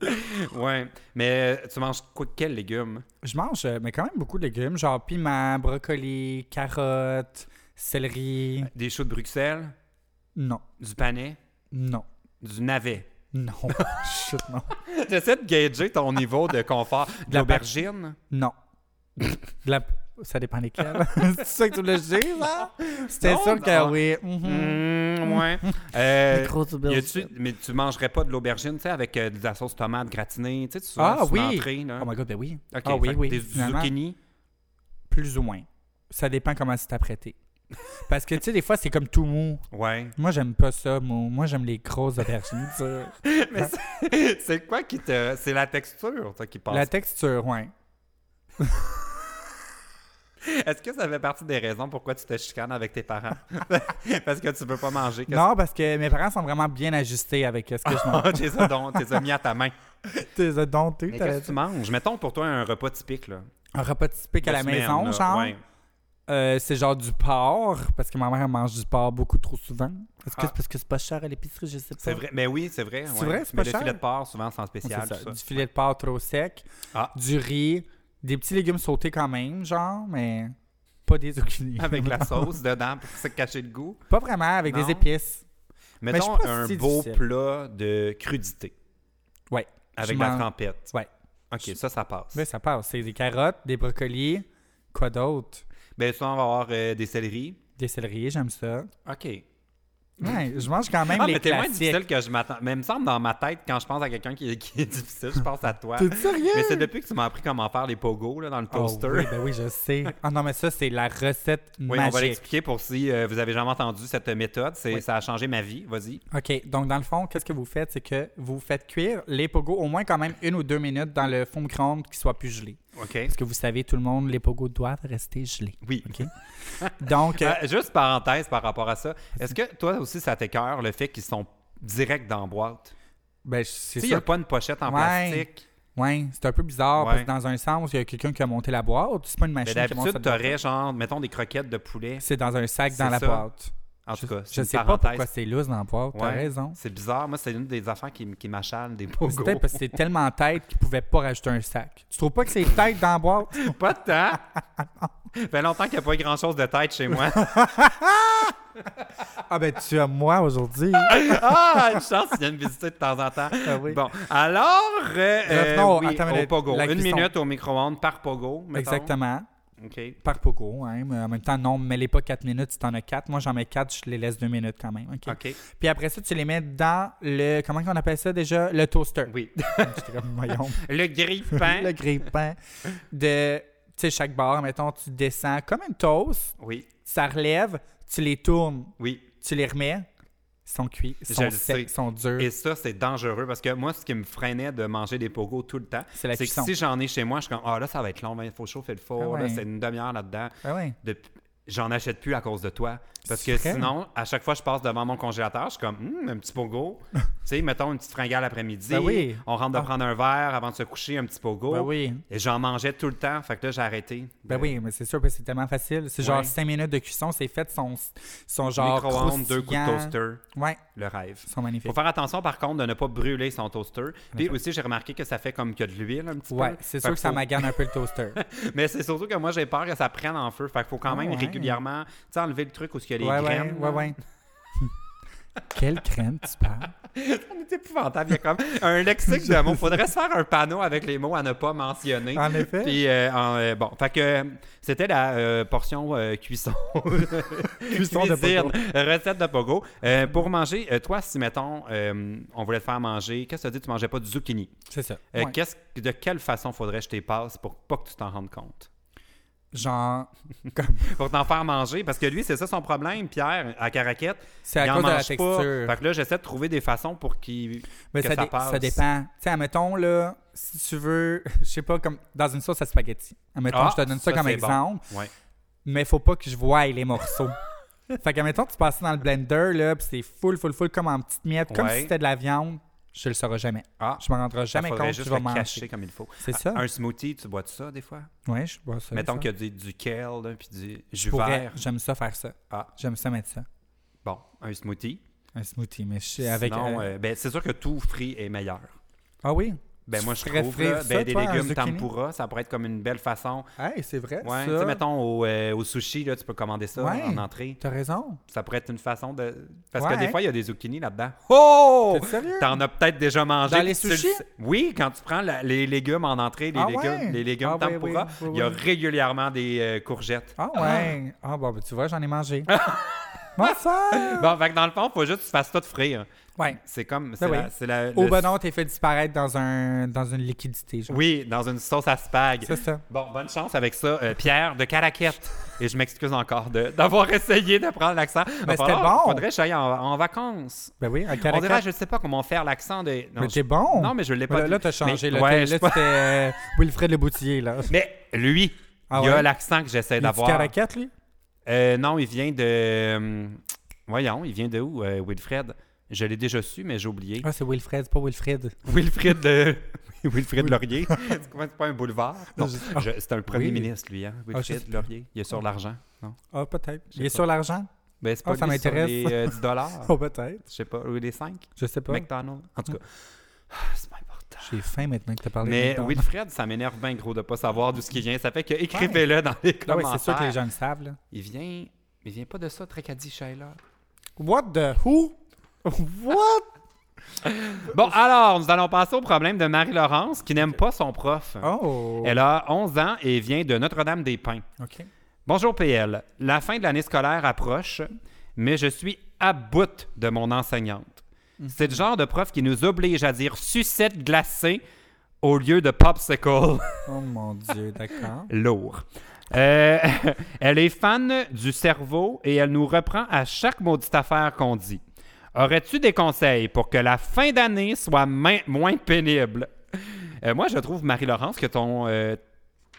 Ouais. Mais euh, tu manges quoi, quels légumes? Je mange, euh, mais quand même beaucoup de légumes, genre piment, brocoli, carottes, céleri. Des choux de Bruxelles? Non, Du panais? non, Du navet? non. Chut, non. J'essaie de gager ton niveau de confort. De la l'aubergine? Non. De la- Ça dépend lesquels. c'est ça que tu voulais dire, là? C'était Non, sûr que non. oui. Mhm. Mmh, ouais. Euh, Des grosses y a-tu- aubergines. mais tu mangerais pas de l'aubergine, tu sais, avec euh, de la sauce tomate gratinée, tu sais, tu Ah sur oui! l'entrée, là. Oh my god, ben oui. Ok, ah oui, fait que oui. Des finalement. zucchini. Plus ou moins. Ça dépend comment c'est apprêté. Parce que, tu sais, des fois, c'est comme tout mou. Ouais. Moi, j'aime pas ça, mou. Moi, j'aime les grosses aubergines. tu sais. Mais c'est- c'est quoi qui te. C'est la texture, toi, qui passe. La texture, ouais. Est-ce que ça fait partie des raisons pourquoi tu te chicanes avec tes parents? Parce que tu peux pas manger. Qu'est-ce Ah, Non, parce que mes parents sont vraiment bien ajustés avec euh, ce que je mange. que tu Oh, les as don- tu les as mis à ta main. T'es dompté, Mais t'as- qu'est-ce que tu manges? Mettons pour toi un repas typique, là. Un repas typique à De la semaine, maison, là. genre. Ouais. Euh, c'est genre du porc, parce que ma mère elle mange du porc beaucoup trop souvent. Est-ce que Ah. c'est parce que c'est pas cher à l'épicerie, je sais pas. C'est vrai. Mais oui, c'est vrai. C'est ouais. vrai, c'est Mais pas le cher. filet de porc, souvent, sans C'est spécial. ça, tout ça. Du filet de porc trop sec, Ah. du riz, des petits légumes sautés quand même, genre, mais pas des zucchini. Avec la sauce dedans pour se cacher le goût. Pas vraiment, avec Non. des épices. Ben, je Mettons sais pas un si c'est beau difficile. plat de crudité Ouais. avec Je la mange- trempette. Ouais. OK, ça, ça passe. Là, ça passe. C'est des carottes, des brocolis, quoi d'autre? Ben, ça, on va avoir euh, des céleris. Des céleris, j'aime ça. OK. Ouais, je mange quand même ah, les mais t'es moins classiques. difficile que je m'attends. Mais il me semble dans ma tête, quand je pense à quelqu'un qui, est- qui est difficile, je pense à toi. T'es sérieux? mais c'est depuis que tu m'as appris comment faire les pogos là, dans le Oh toaster. oui, ben oui, je sais. Ah non, mais ça, c'est la recette Oui, on va magique. l'expliquer pour si euh, vous avez jamais entendu cette méthode. C'est- Oui. Ça a changé ma vie. Vas-y. OK. Donc, dans le fond, qu'est-ce que vous faites? C'est que vous faites cuire les pogos au moins quand même une ou deux minutes dans le four micro-ondes qui soit plus gelé. OK. Parce que vous savez, tout le monde, les pogos doivent rester gelés. Oui. OK? Donc, euh, Euh, juste parenthèse par rapport à ça. Est-ce que toi aussi, ça t'écœure le fait qu'ils sont directs dans la boîte? ben, Tu c'est sais, il n'y a sûr. pas une pochette en Ouais. plastique. Oui, c'est un peu bizarre parce Ouais. que dans un sens, il y a quelqu'un qui a monté la boîte. C'est pas une Mais machine qui monte d'habitude, cette tu boîte. aurais genre, mettons, des croquettes de poulet. C'est dans un sac dans C'est la ça. boîte. En tout cas, Je c'est une sais pas parenthèse. pourquoi c'est lousse dans la boîte. T'as Ouais. raison. C'est bizarre. Moi, c'est une des affaires qui, m- qui m'achale des C'est pogos. peut-être parce que c'est tellement tête qu'ils pouvaient pas rajouter un sac. Tu trouves pas que c'est tête dans la boîte? Pas de temps. fait longtemps qu'il n'y a pas eu grand-chose de tête chez moi. Ah ben tu as moi aujourd'hui. ah, une chance, ils viennent visiter de temps en temps. Ah oui. Bon, alors, euh, Revenons euh, oui, au- attends, au mais le- pogo. la Une cuisson. minute au micro-ondes par pogo, mettons. Exactement. OK. Par pogo, hein. Mais en même temps, non, mets-les pas 4 minutes si t'en as 4. Moi, j'en mets 4, je les laisse 2 minutes quand même. OK. OK. Puis après ça, tu les mets dans le. Comment on appelle ça déjà Le toaster. Oui. J'étais comme, voyons. Le grille-pain. le grille-pain. De. Tu sais, chaque barre, mettons, tu descends comme une toast, Oui, ça relève, tu les tournes, oui. tu les remets, ils sont cuits, ils Je sont le sais. secs, ils sont durs. Et ça, c'est dangereux parce que moi, ce qui me freinait de manger des pogos tout le temps, C'est la c'est que cuisson. si j'en ai chez moi, je suis comme, ah là, ça va être long, il faut chauffer le four, Ah là, ouais. c'est une demi-heure là-dedans. Ah ouais. Depuis- J'en achète plus à cause de toi. Parce C'est que vrai? sinon, à chaque fois que je passe devant mon congélateur, je suis comme, Hum, un petit pogo. tu sais, mettons une petite fringale après-midi. Ben oui. On rentre de Ah. prendre un verre avant de se coucher, un petit pogo. Ben oui. Et j'en mangeais tout le temps. Fait que là, j'ai arrêté. Ben de- oui, mais c'est sûr, parce que c'est tellement facile. C'est Ouais. genre 5 minutes de cuisson, c'est fait, sont, sont genre. Micro-ondes, deux coups de croustillants. toaster, Ouais, le rêve. ils sont Faut magnifiques. faire attention par contre de ne pas brûler son toaster. Puis aussi, j'ai remarqué que ça fait comme qu'il y a de l'huile un petit peu. Ouais, c'est Fait sûr que ça faut- magane un peu le toaster. Mais c'est surtout que moi, j'ai peur que ça prenne en feu. Fait qu'il faut quand même Ah ouais. régulièrement tu sais, enlever le truc où il y a les ouais, graines. ouais, ouais, ouais. Quelle crème tu parles? C'est épouvantable. Il y a comme un lexique de mots. Faudrait se faire un panneau avec les mots à ne pas mentionner. En effet. Puis, euh, en, euh, bon, fait que euh, c'était la euh, portion euh, cuisson. Cuisson de Cuisine, pogo. Recette de pogo. Euh, pour manger, euh, toi, si, mettons, euh, on voulait te faire manger, qu'est-ce que tu as dit? Tu mangeais pas de zucchini. C'est ça. Euh, Ouais. qu'est-ce- de quelle façon faudrait que je t'y passe pour pas que tu t'en rendes compte? Genre, Pour t'en faire manger, parce que lui, c'est ça son problème, Pierre, à Caraquette. c'est à il en cause de la mange pas. texture. Fait que là, j'essaie de trouver des façons pour qu'il. Mais que ça, ça dé- passe. ça dépend. Tu sais, admettons, là, si tu veux, je sais pas, comme dans une sauce à spaghetti. Admettons, Ah, je te donne ça, ça, comme c'est bon. exemple. Ouais. mais faut pas que je voie les morceaux. fait que, mettons, tu passes ça dans le blender, là, puis c'est full, full, full, comme en petites miettes, comme Ouais. si c'était de la viande, je le saurai jamais. Ah, Je m'en rendrai ça jamais faudrait compte que juste je vais le manger. cacher comme il faut. C'est Ah, ça? Un smoothie, tu bois de ça des fois? Ouais, je bois ça. Mettons ça. qu'il y a du, du kale, là, puis du Je jus pourrais- vert. J'aime ça faire ça. Ah. J'aime ça mettre ça. Bon, un smoothie. Un smoothie, mais je suis avec. Sinon, euh, euh, ben, c'est sûr que tout frit est meilleur. Ah oui? Ben, Tu moi, je ferais trouve frire là, ça, ben, des toi, un légumes zucchini? tempura, ça pourrait être comme une belle façon. Hey, c'est vrai. Ouais, tu ça. sais, mettons au, euh, au sushi, là, tu peux commander ça Ouais. en entrée. T'as raison. Ça pourrait être une façon de. Parce Ouais. que des fois, il y a des zucchini là-dedans. Oh! T'es sérieux? T'en as peut-être déjà mangé. Dans les puis tu le sushis? sais. Oui, quand tu prends la- les légumes en entrée, les Ah légumes, ouais? les légumes Ah oui, oui, tempura, oui, il y a oui. régulièrement des euh, courgettes. Ah ouais. Ah bon, ben, tu vois, j'en ai mangé. Mon frère! Ah. Bon, fait que dans le fond, faut juste que tu fasses tout frire. Ouais. hein. C'est comme. C'est Ben la- oui. c'est la- Au le- bon nom, t'es fait disparaître dans, un, dans une liquidité. Genre. Oui, dans une sauce à spag. C'est ça. Bon, bonne chance avec ça, euh, Pierre de Caraquette. Et je m'excuse encore de- d'avoir essayé de prendre l'accent. Mais Il va c'était falloir- bon. Faudrait que j'aille en, en vacances. Ben oui, un On dirait, caractère. je ne sais pas comment faire l'accent de. Non, Mais je- t'es bon. Non, mais je l'ai pas Là, dit. là, t'as changé. Mais- là, ouais, t'es- je là, sais pas. c'était euh, Wilfred Le Boutier, là. Mais lui, Ah il a ouais? l'accent que j'essaie Il est du d'avoir. Caracat, lui? Euh, non, il vient de. euh, voyons, il vient de où, euh, Wilfred Je l'ai déjà su, mais j'ai oublié. Ah, c'est Wilfred, c'est pas Wilfred. Wilfred de. Wilfred Laurier. C'est comment- c'est pas un boulevard. Non, Je- je- c'est un premier Oui. Ah, ministre, lui, hein? Wilfred sais Laurier. Il est sur l'argent. Non. Ah, peut-être. Il sais est pas. sur l'argent? Ben, c'est Ah, pas ça lui sur m'intéresse. les euh, 10 dollars. Oh, peut-être. Je sais pas, ou les 5. Je sais pas. McDonald's. En tout cas, ah, c'est pas important. J'ai faim maintenant que t'as parlé. de Mais McDonald's. Wilfred, ça m'énerve bien gros de pas savoir d'où ce qui vient. Ça fait que écrivez-le dans les Ah oui, commentaires. c'est sûr que les gens le savent, là. Il vient, il vient pas de ça, Tracadie Shaila. What the who? What? Bon, alors, nous allons passer au problème de Marie-Laurence qui n'aime pas son prof. Oh! Elle a 11 ans et vient de Notre-Dame-des-Pins. OK. Bonjour PL. La fin de l'année scolaire approche, mais je suis à bout de mon enseignante. Mhm. C'est le genre de prof qui nous oblige à dire sucette glacée au lieu de popsicle. Oh mon Dieu, d'accord. Lourd. Euh, elle est fan du cerveau et elle nous reprend à chaque maudite affaire qu'on dit. Aurais-tu des conseils pour que la fin d'année soit main- moins pénible? Euh, moi, je trouve, Marie-Laurence, que ton, euh,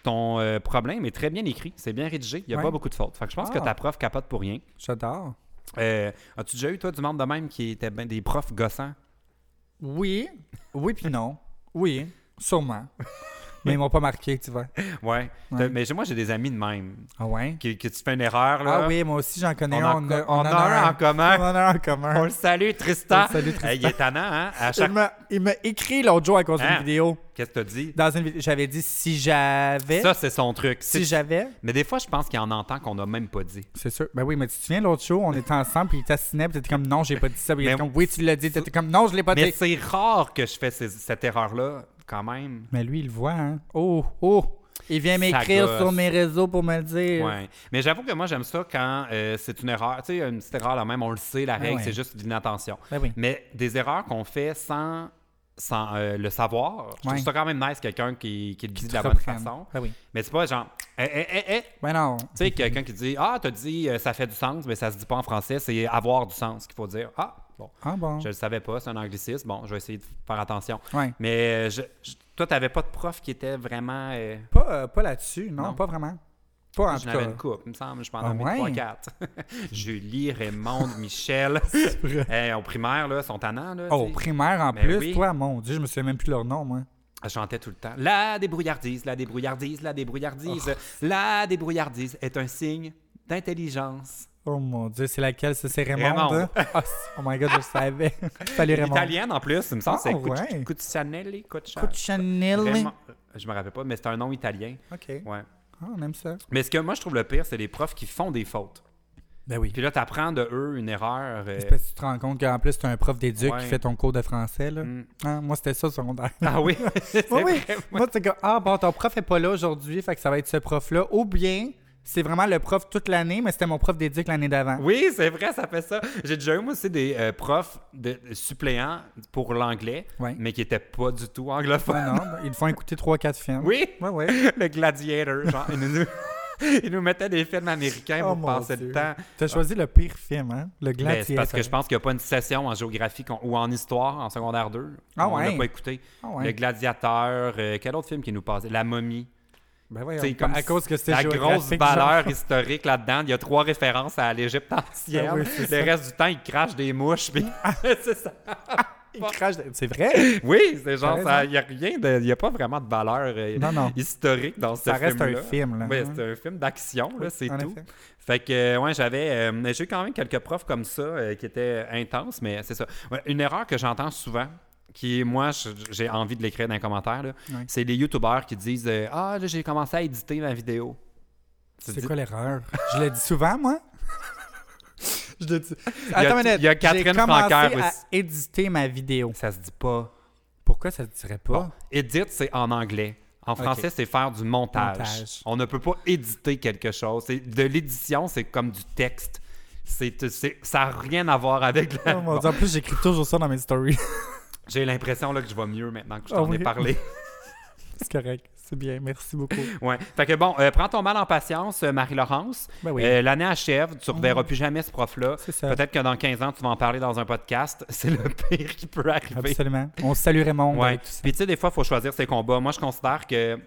ton euh, problème est très bien écrit. C'est bien rédigé. Il n'y a Ouais. pas beaucoup de fautes. Fait que je pense Ah. que ta prof capote pour rien. J'adore. Euh, As-tu déjà eu, toi, du monde de même qui était ben des profs gossants? Oui. Oui, puis non. Oui, sûrement. Mais ils m'ont pas marqué, tu vois. Ouais. Ouais. Mais j'ai- moi, j'ai des amis de même. Ah ouais? Que, que tu fais une erreur, là. Ah oui, moi aussi, j'en connais Euh, On, un. en, on On, a- a un en commun. On en a un en On commun. le salue, Tristan. On le salue, Tristan. Euh, il est tannant, hein? À Il chaque... m'a- Il m'a écrit l'autre jour à cause d'une Hein? vidéo. Qu'est-ce que t'as dit? Dans une vidéo, j'avais dit si j'avais. Ça, c'est son truc. si C'est- j'avais. Mais des fois, je pense qu'il en entend qu'on n'a même pas dit. C'est sûr. Ben oui, mais tu te souviens l'autre jour, on était ensemble, puis il t'assinait, puis t'étais comme non, j'ai pas dit ça. Puis il Mais- était comme oui, tu l'as dit. T'étais comme non, je l'ai pas Mais dit. c'est rare que je fais ces- cette erreur-là, quand même. Mais lui, il le voit, hein. Oh, oh. Il vient m'écrire gosse. sur mes réseaux pour me le dire. Ouais. Mais j'avoue que moi, j'aime ça quand euh, c'est une erreur. Tu sais, une petite erreur, là même, on le sait, la Ah règle, ouais. c'est juste l'inattention. Ben oui. Mais des erreurs qu'on fait sans, sans euh, le savoir, je Ouais. trouve ça quand même nice, quelqu'un qui, qui le dit de la Te bonne reprennent. façon. Ben oui. Mais c'est pas genre, Eh, eh, eh, eh. Ben non. Tu sais, quelqu'un qui dit Ah, t'as dit euh, ça fait du sens, mais ça se dit pas en français, c'est avoir du sens qu'il faut dire. Ah, bon, Ah bon. je le savais pas, c'est un anglicisme, bon, je vais essayer de faire attention. Ouais. Mais euh, je, je- toi, t'avais pas de prof qui était vraiment. euh, Pas, euh, pas là-dessus, non, Non. pas vraiment. Pas en J'en tout avais cas. une coupe, il me semble, je pense, Ah en ouais? 3-4. Julie, Raymond, Michel. Eh, au primaire, là, sont tannants, là. Oh, tu sais. primaire en Ben plus, oui. toi, mon Dieu, je me souviens même plus leur nom, moi. Elle chantait tout le temps. La débrouillardise, la débrouillardise, la débrouillardise. Oh. La débrouillardise est un signe d'intelligence. Oh mon Dieu, c'est laquelle? ça, C'est Raymond. Raymond. hein? Ah, c'est- oh my God, je le savais. Salut Raymond. Italienne en plus, il me semble, Ah, c'est ouais. Cuccinelli, Écoute, Chanel. Vraiment, euh, je me rappelle pas, mais c'est un nom italien. OK. Ouais. Ah, on aime ça. Mais ce que moi je trouve le pire, c'est les profs qui font des fautes. Ben oui. Puis là, tu apprends de eux une erreur. euh, Parce que tu te rends compte qu'en plus, t'es un prof d'éduc Ouais. qui fait ton cours de français, là. Mm. Hein, moi, c'était ça au secondaire. Ah oui, c'est Oui, oui. vrai. Moi, c'est comme, ah bon, ton prof est pas là aujourd'hui, fait que ça va être ce prof-là. Ou bien, c'est vraiment le prof toute l'année, mais c'était mon prof d'éduc l'année d'avant. Oui, c'est vrai, ça fait ça. J'ai déjà eu moi aussi des euh, profs de, de suppléants pour l'anglais, Ouais. mais qui n'étaient pas du tout anglophones. Ah non, ben, ils te font écouter 3-4 films. Oui, Ouais, ouais. le gladiator, genre, ils nous, ils nous mettaient des films américains Oh, pour mon passer le Dieu. temps. Ah. T'as choisi le pire film, hein? Le Ben, Gladiator. c'est parce que je pense qu'il n'y a pas une session en géographie qu'on- ou en histoire en secondaire 2. Ah on ouais. l'a pas écouté. Ah ouais. Le Gladiateur, euh, quel autre film qui nous passait La momie. Ben voyons, C'est à cause que c'était la grosse géographique, valeur genre. historique là-dedans. Il y a trois références à l'Égypte ancienne. Ah oui, le c'est ça. reste du temps, il crache des mouches. puis- c'est ça. Il crache de- C'est vrai? Oui, c'est genre, T'as ça- raison. il n'y a rien de. Il n'y a pas vraiment de valeur euh, Non, non. historique dans Ça ce reste film-là. un film, là. Oui, c'est un film d'action, là, c'est en tout. effet. Fait que, euh, ouais, j'avais. euh, J'ai eu quand même quelques profs comme ça euh, qui étaient euh, intenses, mais c'est ça. Ouais, Une erreur que j'entends souvent, qui moi je- j'ai envie de l'écrire dans les commentaires, là, Ouais. c'est les youtubeurs qui disent euh, Ah, là, j'ai commencé à éditer ma vidéo. Tu C'est dis- quoi l'erreur? Je le dis souvent, moi. Je le dis. a- Attends une minute. il y a Catherine J'ai commencé Francaire à aussi. éditer ma vidéo. Ça se dit pas. Pourquoi ça ne dirait pas? Bon, édite, c'est en anglais. En français, c'est faire du montage. Montage. On ne peut pas éditer quelque chose. C'est- De l'édition, c'est comme du texte. C'est, c'est- ça n'a rien à voir avec la... Oh mon Dieu, En plus, j'écris toujours ça dans mes stories. J'ai l'impression là, que je vais mieux maintenant que je Ah t'en ai oui. parlé. c'est correct. C'est bien. Merci beaucoup. Ouais. Fait que bon, euh, prends ton mal en patience, euh, Marie-Laurence. Ben oui. Oh. Euh, L'année achève, tu ne reverras plus jamais ce prof-là. C'est ça. Peut-être que dans 15 ans, tu vas en parler dans un podcast. C'est le pire qui peut arriver. Absolument. On salue Raymond. Ouais. avec tout ça. Puis tu sais, des fois, il faut choisir ses combats. Moi, je considère que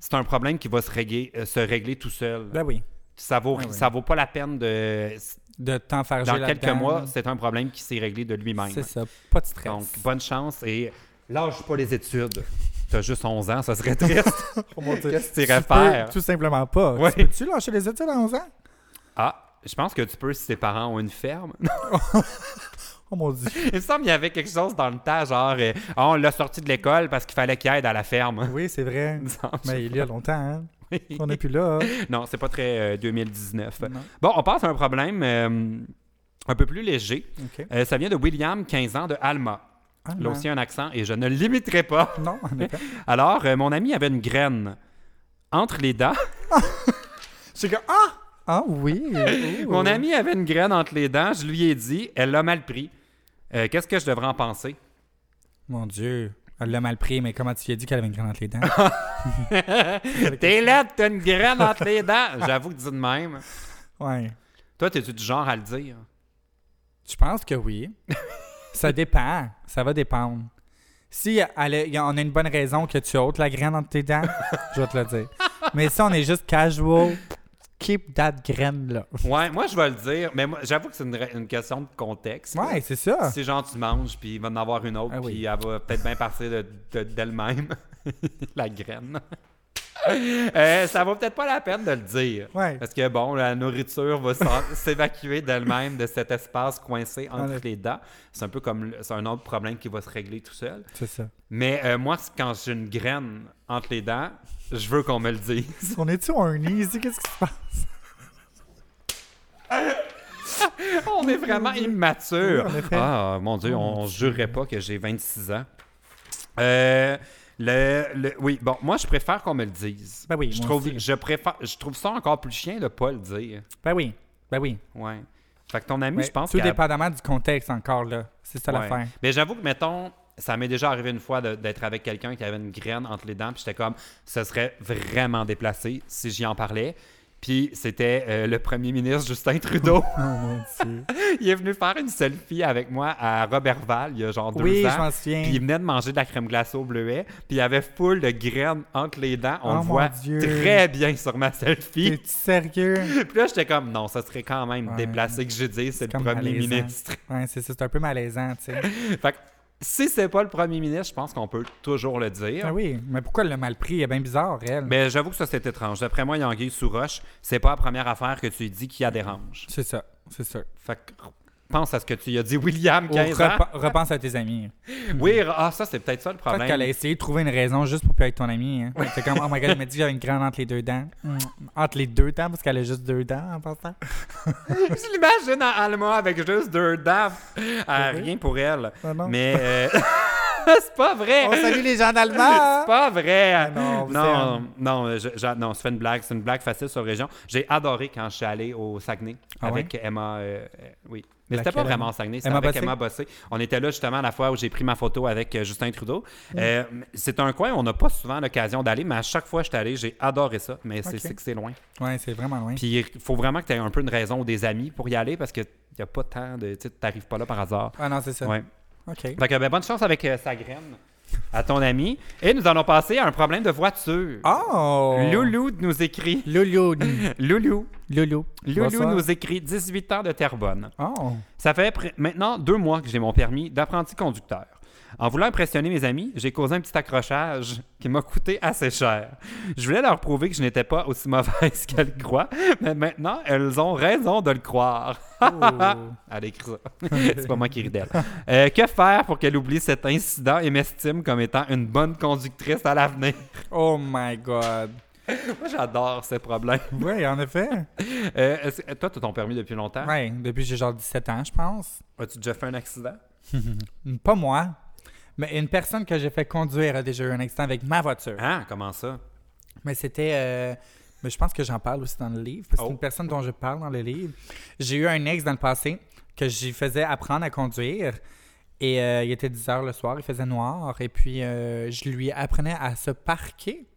c'est un problème qui va se régler, euh, se régler tout seul. Ben oui. Ça vaut, Ah oui. ça vaut pas la peine de. De t'en faire Dans jouer quelques là-dedans. mois, c'est un problème qui s'est réglé de lui-même. C'est ça. Pas de stress. Donc, bonne chance et lâche pas les études. T'as juste 11 ans, ça serait triste. Qu'est-ce que t'irais Oh tu peux faire? Tout simplement pas. Ouais. Tu peux-tu lâcher les études à 11 ans? Ah, je pense que tu peux si tes parents ont une ferme. Oh mon Dieu. il me semble qu'il y avait quelque chose dans le tas, genre, euh, Ah, on l'a sorti de l'école parce qu'il fallait qu'il aide à la ferme. Oui, c'est vrai. Il me semble. Mais il y a longtemps, hein? Oui. On n'est plus là. Non, c'est pas très euh, 2019. Non. Bon, on passe à un problème euh, un peu plus léger. OK. Euh, ça vient de William, 15 ans, de Alma. Ah, Là aussi, un accent, et je ne l'imiterai pas. Non, en effet. Alors, euh, mon ami avait une graine entre les dents. C'est que, ah! Ah oui! Ouh. Mon ami avait une graine entre les dents, je lui ai dit, elle l'a mal pris. Euh, Qu'est-ce que je devrais en penser? Mon Dieu. Elle l'a mal pris, mais comment tu lui as dit qu'elle avait une graine entre les dents? T'es là, t'as une graine entre les dents! J'avoue que dis de même. ouais. Toi, t'es-tu du genre à le dire? Je pense que oui. ça dépend. Ça va dépendre. Si elle a- y a- on a une bonne raison que tu ôtes la graine entre tes dents, je vais te le dire. Mais si on est juste casual, keep that graine-là. Ouais, moi, je vais le dire, mais moi, j'avoue que c'est une, ra- une question de contexte. Ouais, c'est ça. Si genre tu manges, puis il va en avoir une autre, Ah oui. puis elle va peut-être bien partir de- de- d'elle-même, la graine. Euh, ça vaut peut-être pas la peine de le dire. Ouais. Parce que bon, la nourriture va s'en- s'évacuer d'elle-même de cet espace coincé entre Ouais. les dents. C'est un peu comme le- c'est un autre problème qui va se régler tout seul. C'est ça. Mais euh, moi, c'est quand j'ai une graine entre les dents, je veux qu'on me le dise. On est-tu horny ici? Qu'est-ce qui se passe? On est vraiment immature. Oui, en effet. Ah, mon Dieu, on se jurerait pas que j'ai 26 ans. Euh, le, le- oui, bon, moi, je préfère qu'on me le dise. Ben oui, je moi trouve, aussi. je, préfère, je trouve ça encore plus chien de pas le dire. Ben oui. Ben oui. Ouais. Fait que ton ami, Mais je pense Tout qu'elle- dépendamment du contexte encore, là. C'est ça Ouais. l'affaire. Mais j'avoue que, mettons, ça m'est déjà arrivé une fois de- d'être avec quelqu'un qui avait une graine entre les dents, puis j'étais comme, ce serait vraiment déplacé si j'y en parlais. Puis c'était euh, le premier ministre Justin Trudeau. Oh mon Dieu. il est venu faire une selfie avec moi à Robertval il y a genre deux oui, ans. je m'en Puis il souviens. venait de manger de la crème glacée au bleuet, puis il avait full de graines entre les dents. On Oh le mon voit Dieu. très bien sur ma selfie. T'es-tu sérieux? Puis là, j'étais comme, non, ça serait quand même Ouais. déplacé que je dise, c'est le comme premier malaisant. ministre. Ouais, c'est ça. C'est un peu malaisant, tu sais. fait que, si c'est pas le premier ministre, je pense qu'on peut toujours le dire. Ah oui, mais pourquoi elle l'a mal pris? Elle est bien bizarre, elle. Mais j'avoue que ça, c'est étrange. D'après moi, Yanguille sous roche, c'est pas la première affaire que tu lui dis qui la dérange. C'est ça, c'est ça. Fait que, pense à ce que tu lui as dit, William, Ou 15 ans. repen- repense à tes amis. Oui, re- ah, ça, c'est peut-être ça le Peut-être qu'elle a problème. essayé de trouver une raison juste pour plus être ton ami. Hein. C'est comme, oh my god, elle m'a dit qu'il y avait une grande entre les deux dents. Mm, Entre les deux dents, parce qu'elle a juste deux dents en passant. Je l'imagine en Alma avec juste deux dents. Ah, Oui. rien pour elle. Ah non. Mais euh, c'est pas vrai. On salue les gens C'est d'Allemagne! Ah. pas vrai! Ah, non, on vous non, aime. non, euh, je, je- non, c'est une blague, c'est une blague facile sur région. J'ai adoré quand je suis allé au Saguenay Ah avec Emma. euh, euh, oui, mais c'était Laquelle pas vraiment Emma? au Saguenay, c'était Emma avec Bossé? Emma Bossé. On était là justement à la fois où j'ai pris ma photo avec euh, Justin Trudeau. Mm. Euh, c'est un coin où on n'a pas souvent l'occasion d'aller, mais à chaque fois que je suis allé, j'ai adoré ça. Mais c'est Ok. c'est que c'est loin. Ouais, c'est vraiment loin. Puis il faut vraiment que tu aies un peu une raison ou des amis pour y aller parce que y a pas tant de. Tu sais, t'arrives pas là par hasard. Ah non, c'est ça. Ouais. OK. Fait que, ben, bonne chance avec euh, sa graine à ton ami. Et nous allons passer à un problème de voiture. Oh! Loulou nous écrit. Loulou. Loulou. Loulou. Loulou Bonsoir. nous écrit 18 ans de Terrebonne. Oh! Ça fait pr- maintenant deux mois que j'ai mon permis d'apprenti conducteur. En voulant impressionner mes amis, j'ai causé un petit accrochage qui m'a coûté assez cher. Je voulais leur prouver que je n'étais pas aussi mauvaise qu'elles croient, mais maintenant, elles ont raison de le croire. Elle écrit ça. C'est pas moi qui ris d'elle. Euh, que faire pour qu'elle oublie cet incident et m'estime comme étant une bonne conductrice à l'avenir? Oh my God. Moi, j'adore ces problèmes. Oui, en effet. Euh, est-ce- toi, tu ton permis depuis longtemps? Ouais, depuis que j'ai genre 17 ans, je pense. Hum, As-tu déjà fait un accident? Pas moi, mais une personne que j'ai fait conduire a déjà eu un accident avec ma voiture. Hein? Comment ça? Mais c'était. euh, mais je pense que j'en parle aussi dans le livre, parce que c'est Oh. une personne dont je parle dans le livre. J'ai eu un ex dans le passé que j'y faisais apprendre à conduire. Et euh, il était 10 heures le soir, il faisait noir. Et puis, euh, je lui apprenais à se parquer.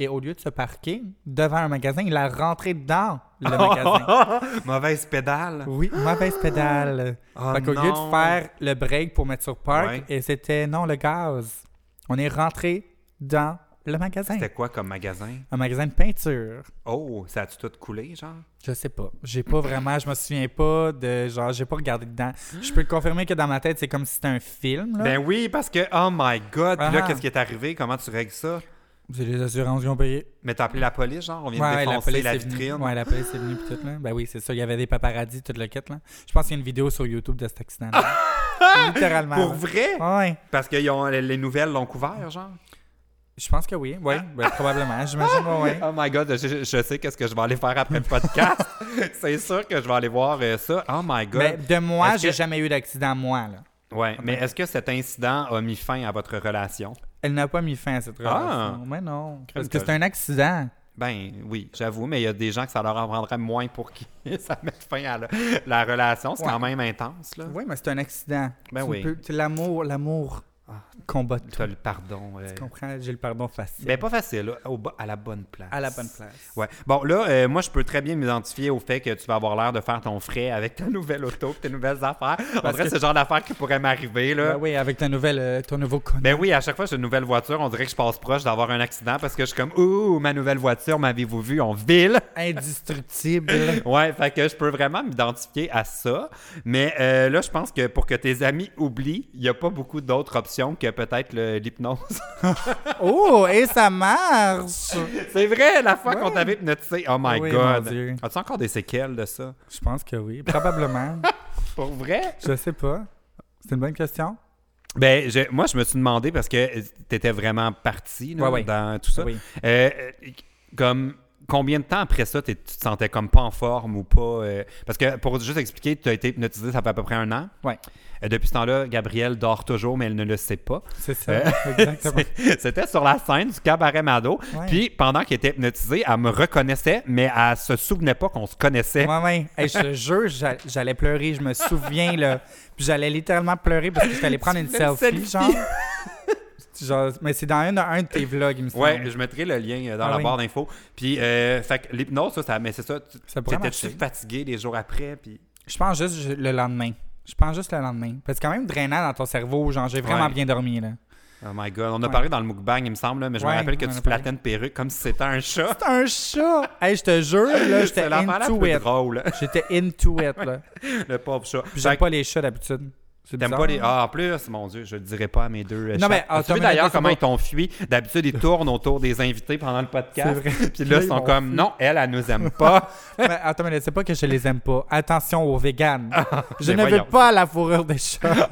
Et au lieu de se parquer devant un magasin, il a rentré dans le magasin. Mauvaise pédale. Oui, mauvaise pédale. Oh fait qu'au lieu de non. faire le break pour mettre sur park, Ouais. et c'était non, le gaz. On est rentré dans le magasin. C'était quoi comme magasin? Un magasin de peinture. Oh, ça a-tu tout coulé, genre? Je sais pas. J'ai pas vraiment, je me souviens pas de genre, j'ai pas regardé dedans. Je peux te confirmer que dans ma tête, c'est comme si c'était un film. Là. Ben oui, parce que, oh my God, puis là, Ah. qu'est-ce qui est arrivé? Comment tu règles ça? C'est les assurances qui ont payé. Mais t'as appelé la police, genre? On vient de la défoncer police la, est venue. vitrine. Ouais, la police est venue pis tout là. Ben oui, c'est ça. Il y avait des paparazzis, toute la quête là. Je pense qu'il y a une vidéo sur YouTube de cet accident. là. Littéralement. Pour là. vrai? Ouais. Parce que ils ont- les les nouvelles l'ont couvert, genre? Je pense que oui. Oui, ben, probablement. J'imagine que oui. Oh my God, je, je- je sais qu'est-ce que je vais aller faire après le podcast. C'est sûr que je vais aller voir euh, ça. Oh my God. Mais de moi, Est-ce j'ai que- jamais eu d'accident, moi. Là. Ouais, mais est-ce que cet incident a mis fin à votre relation? Elle n'a pas mis fin à cette relation. Mais non. Ah! Crème Parce que que- c'est un accident. Ben oui, j'avoue, mais il y a des gens que ça leur en prendrait moins pour qui ça mette fin à la, la relation. C'est Ouais. quand même intense, là. Oui, mais c'est un accident. Ben Tu ne oui. Ah. peux- tu- L'amour, l'amour combat tout. T'as le pardon. euh, Tu comprends? J'ai le pardon facile. Ben pas facile, là, au bo- à la bonne place. à la bonne place. Ouais. Bon, là, euh, moi, je peux très bien m'identifier au fait que tu vas avoir l'air de faire ton frais avec ta nouvelle auto, pis tes nouvelles affaires. On Parce dirait que que- c'est le genre d'affaires qui pourrait m'arriver, là. Ben oui, avec ta nouvelle, euh, ton nouveau con. Ben oui, à chaque fois que j'ai une nouvelle voiture, on dirait que je passe proche d'avoir un accident parce que je suis comme Ouh, ma nouvelle voiture, m'avez-vous vu en ville? Indestructible. Ouais, fait que je peux vraiment m'identifier à ça. Mais euh, là, je pense que pour que tes amis oublient, il n'y a pas beaucoup d'autres options que peut-être le- l'hypnose. oh, et ça marche! C'est vrai, la fois Ouais. Ah qu'on t'avait hypnotisé. Oh my Oui, god. mon Dieu. As-tu encore des séquelles de ça? Je pense que oui. Probablement. Pour vrai? Je sais pas. C'est une bonne question. Ben, je- moi, je me suis demandé parce que euh, t'étais vraiment parti là, Ouais, ouais. dans tout ça. Oui. Euh, euh, comme combien de temps après ça t'es- tu te sentais comme pas en forme ou pas euh, parce que pour juste expliquer tu as été hypnotisé ça fait à peu près un an Ouais. Euh, depuis ce temps-là Gabrielle dort toujours mais elle ne le sait pas C'est ça. Euh, Exactement. c'était sur la scène du cabaret Mado Ouais. puis pendant qu'elle était hypnotisée elle me reconnaissait mais elle se souvenait pas qu'on se connaissait Ouais, ouais. Hey, je te jure, j'a- j'allais pleurer, je me souviens, là. Puis j'allais littéralement pleurer parce que j'allais prendre une fais une selfie, selfie. genre. Genre, Mais c'est dans un, un de tes vlogs, il me semble. Ouais, je mettrai le lien euh, dans Ah la oui. barre d'infos. Puis, euh, fait que l'hypnose, ça, ça- mais c'est ça. tu- Ça pourrait T'étais-tu marcher. fatigué les jours après? Puis... Je pense juste je- le lendemain. Je pense juste le lendemain. Parce que c'est quand même drainant dans ton cerveau, genre, j'ai vraiment Ouais. bien dormi, là. Oh my god, on a Ouais. parlé dans le mukbang, il me semble, là, mais je me Ouais, rappelle que on en tu a parlé. flattais une perruque comme si c'était un chat. C'est un chat! Hey, je te jure, là, j'étais C'est l'affaire la into plus it. drôle, J'étais into it, là. le pauvre chat. Puis j'aime Fait que pas les chats d'habitude. C'est T'aimes bizarre, pas les. hein? Ah, en plus, mon Dieu, je le dirais pas à mes deux. euh, Non, chats. mais, ah, As-tu t'as vu mis la d'ailleurs question comment ils sur- t'ont fui? D'habitude, ils tournent autour des invités pendant le C'est podcast. vrai. Puis là, ils sont Ils comme, non, elle, elle nous aime pas. Mais attends, mais c'est pas que je les aime pas. Attention aux véganes. je mais ne veux Ah, ben voyons. pas la fourrure des chats.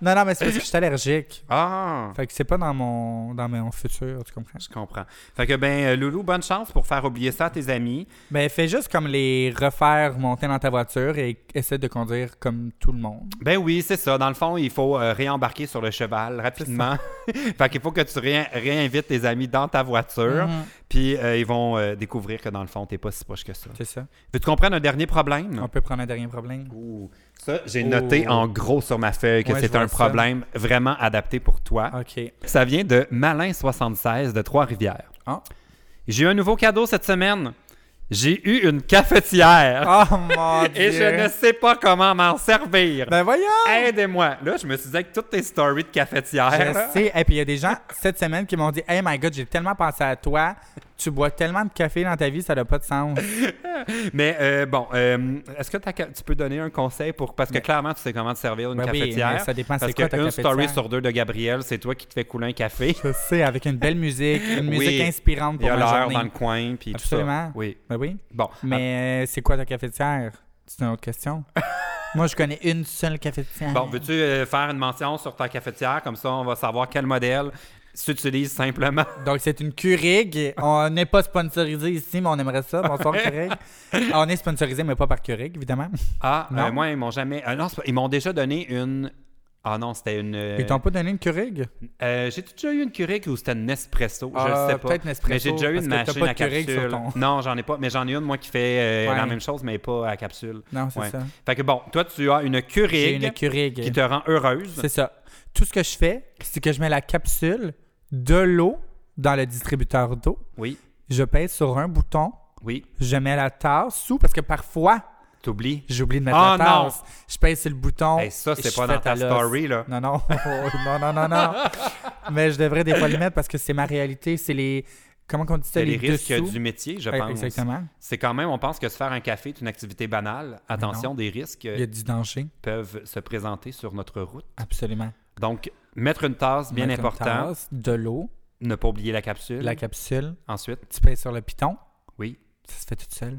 non, non, mais c'est parce que je suis allergique. Ah! Fait que c'est pas dans mon, dans mon futur, tu comprends? Je comprends. Fait que, ben, euh, Loulou, bonne chance pour faire oublier ça à tes amis. Ben, fais juste comme les refaire monter dans ta voiture et essaie de conduire comme tout le monde. Ben oui, c'est ça. Dans le fond, il faut euh, réembarquer sur le cheval rapidement. fait qu'il faut que tu ré- réinvites tes amis dans ta voiture. Mhm. Puis euh, ils vont euh, découvrir que dans le fond, t'es pas si proche que ça. C'est ça. Veux-tu comprendre un dernier problème? On peut prendre un dernier problème. Ouh. Ça, j'ai Ouh. noté en gros sur ma feuille que Oh. Ouais, je c'est vois un ça. Ah. problème vraiment adapté pour toi. OK. Ça vient de Malin76 de Trois-Rivières. Ah. J'ai eu un nouveau cadeau cette semaine. J'ai eu une cafetière. Oh mon dieu. Ah. Et je ne sais pas comment m'en servir. Ben voyons. Aidez-moi. Là, je me suis dit avec toutes tes stories de cafetière. là, Je sais. Et puis il y a des gens cette semaine qui m'ont dit Hey my god, j'ai tellement pensé à toi. Tu bois tellement de café dans ta vie, ça n'a pas de sens. Mais euh, bon, euh, est-ce que t'as- tu peux donner un conseil pour. Parce que clairement, tu sais comment te servir une Ben oui, cafetière. mais ça dépend, Parce c'est quoi que ta une cafetière? story sur deux de Gabriel, c'est toi qui te fais couler un café. Je sais, avec une belle musique, une Oui. musique inspirante Il y pour a ma l'heure journée. dans le coin, puis tout ça. Absolument. Oui. Ben oui. Bon. ah, Mais c'est quoi ta cafetière? C'est une autre question. Moi, je connais une seule cafetière. Bon, veux-tu euh, faire une mention sur ta cafetière? Comme ça, on va savoir quel modèle s'utilise simplement. Donc, c'est une Keurig. On n'est pas sponsorisé ici, mais on aimerait ça. Bonsoir, Keurig. On est sponsorisé, mais pas par Keurig, évidemment. Ah, Non. euh, moi, ils m'ont jamais. ah non, c'est pas- ils m'ont déjà donné une. Ah non, c'était une. euh, Ils t'ont pas donné une Keurig? euh, j'ai déjà eu une Keurig ou c'était une Nespresso, je Ah, le sais pas. peut-être Nespresso, mais j'ai déjà eu parce une que t'as machine pas à de Keurig capsule. sur ton- Non, j'en ai pas, mais j'en ai une moi qui fait euh, Ouais. la même chose mais pas à capsule. Non, c'est Ouais. ça. Fait que bon, toi tu as une J'ai Keurig une Keurig. qui te rend heureuse. C'est ça. Tout ce que je fais, c'est que je mets la capsule de l'eau dans le distributeur d'eau. Oui, Je pèse sur un bouton. oui, Je mets la tasse sous parce que parfois, t'oublies. j'oublie de mettre Ah, la non! tasse. Je pèse sur le bouton. Hey, ça et c'est je pas suis dans faite ta à l'os. story là. Non, non. non, non, non, non. Mais je devrais des fois le mettre parce que c'est ma réalité. C'est les. Comment qu'on dit ça? C'est Les, les risques dessous. du métier, je Eh, pense. Exactement. C'est quand même, on pense que se faire un café est une activité banale. Attention, des risques euh, Il y a du danger. peuvent se présenter sur notre route. Absolument. Donc, mettre une tasse, bien Mettre une important. tasse, de l'eau, Ne pas oublier la capsule. la capsule. Ensuite, Tu pèses sur le piton. oui. Ça se fait tout seul.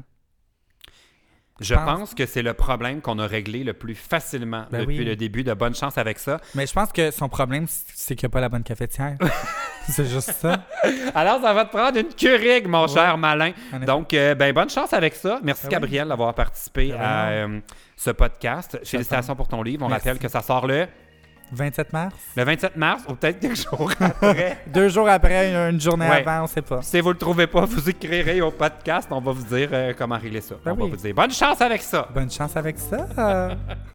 Je Pense- pense que c'est le problème qu'on a réglé le plus facilement Ben depuis oui. le début. De bonne chance avec ça. Mais je pense que son problème, c'est qu'il n'y a pas la bonne cafetière. c'est juste ça. Alors, ça va te prendre une Keurig, mon cher malin. En effet. Donc, euh, ben, bonne chance avec ça. Merci, Ben oui. Gabriel, d'avoir participé Ben à euh, ce podcast. Félicitations pour ton livre. On Merci. rappelle que ça sort le, 27 mars. le 27 mars ou peut-être quelques jours après. Deux jours après, une journée Ouais. avant, on sait pas. Si vous le trouvez pas, vous écrirez au podcast. On va vous dire euh, comment régler ça. Ben on va oui. vous dire bonne chance avec ça. Bonne chance avec ça.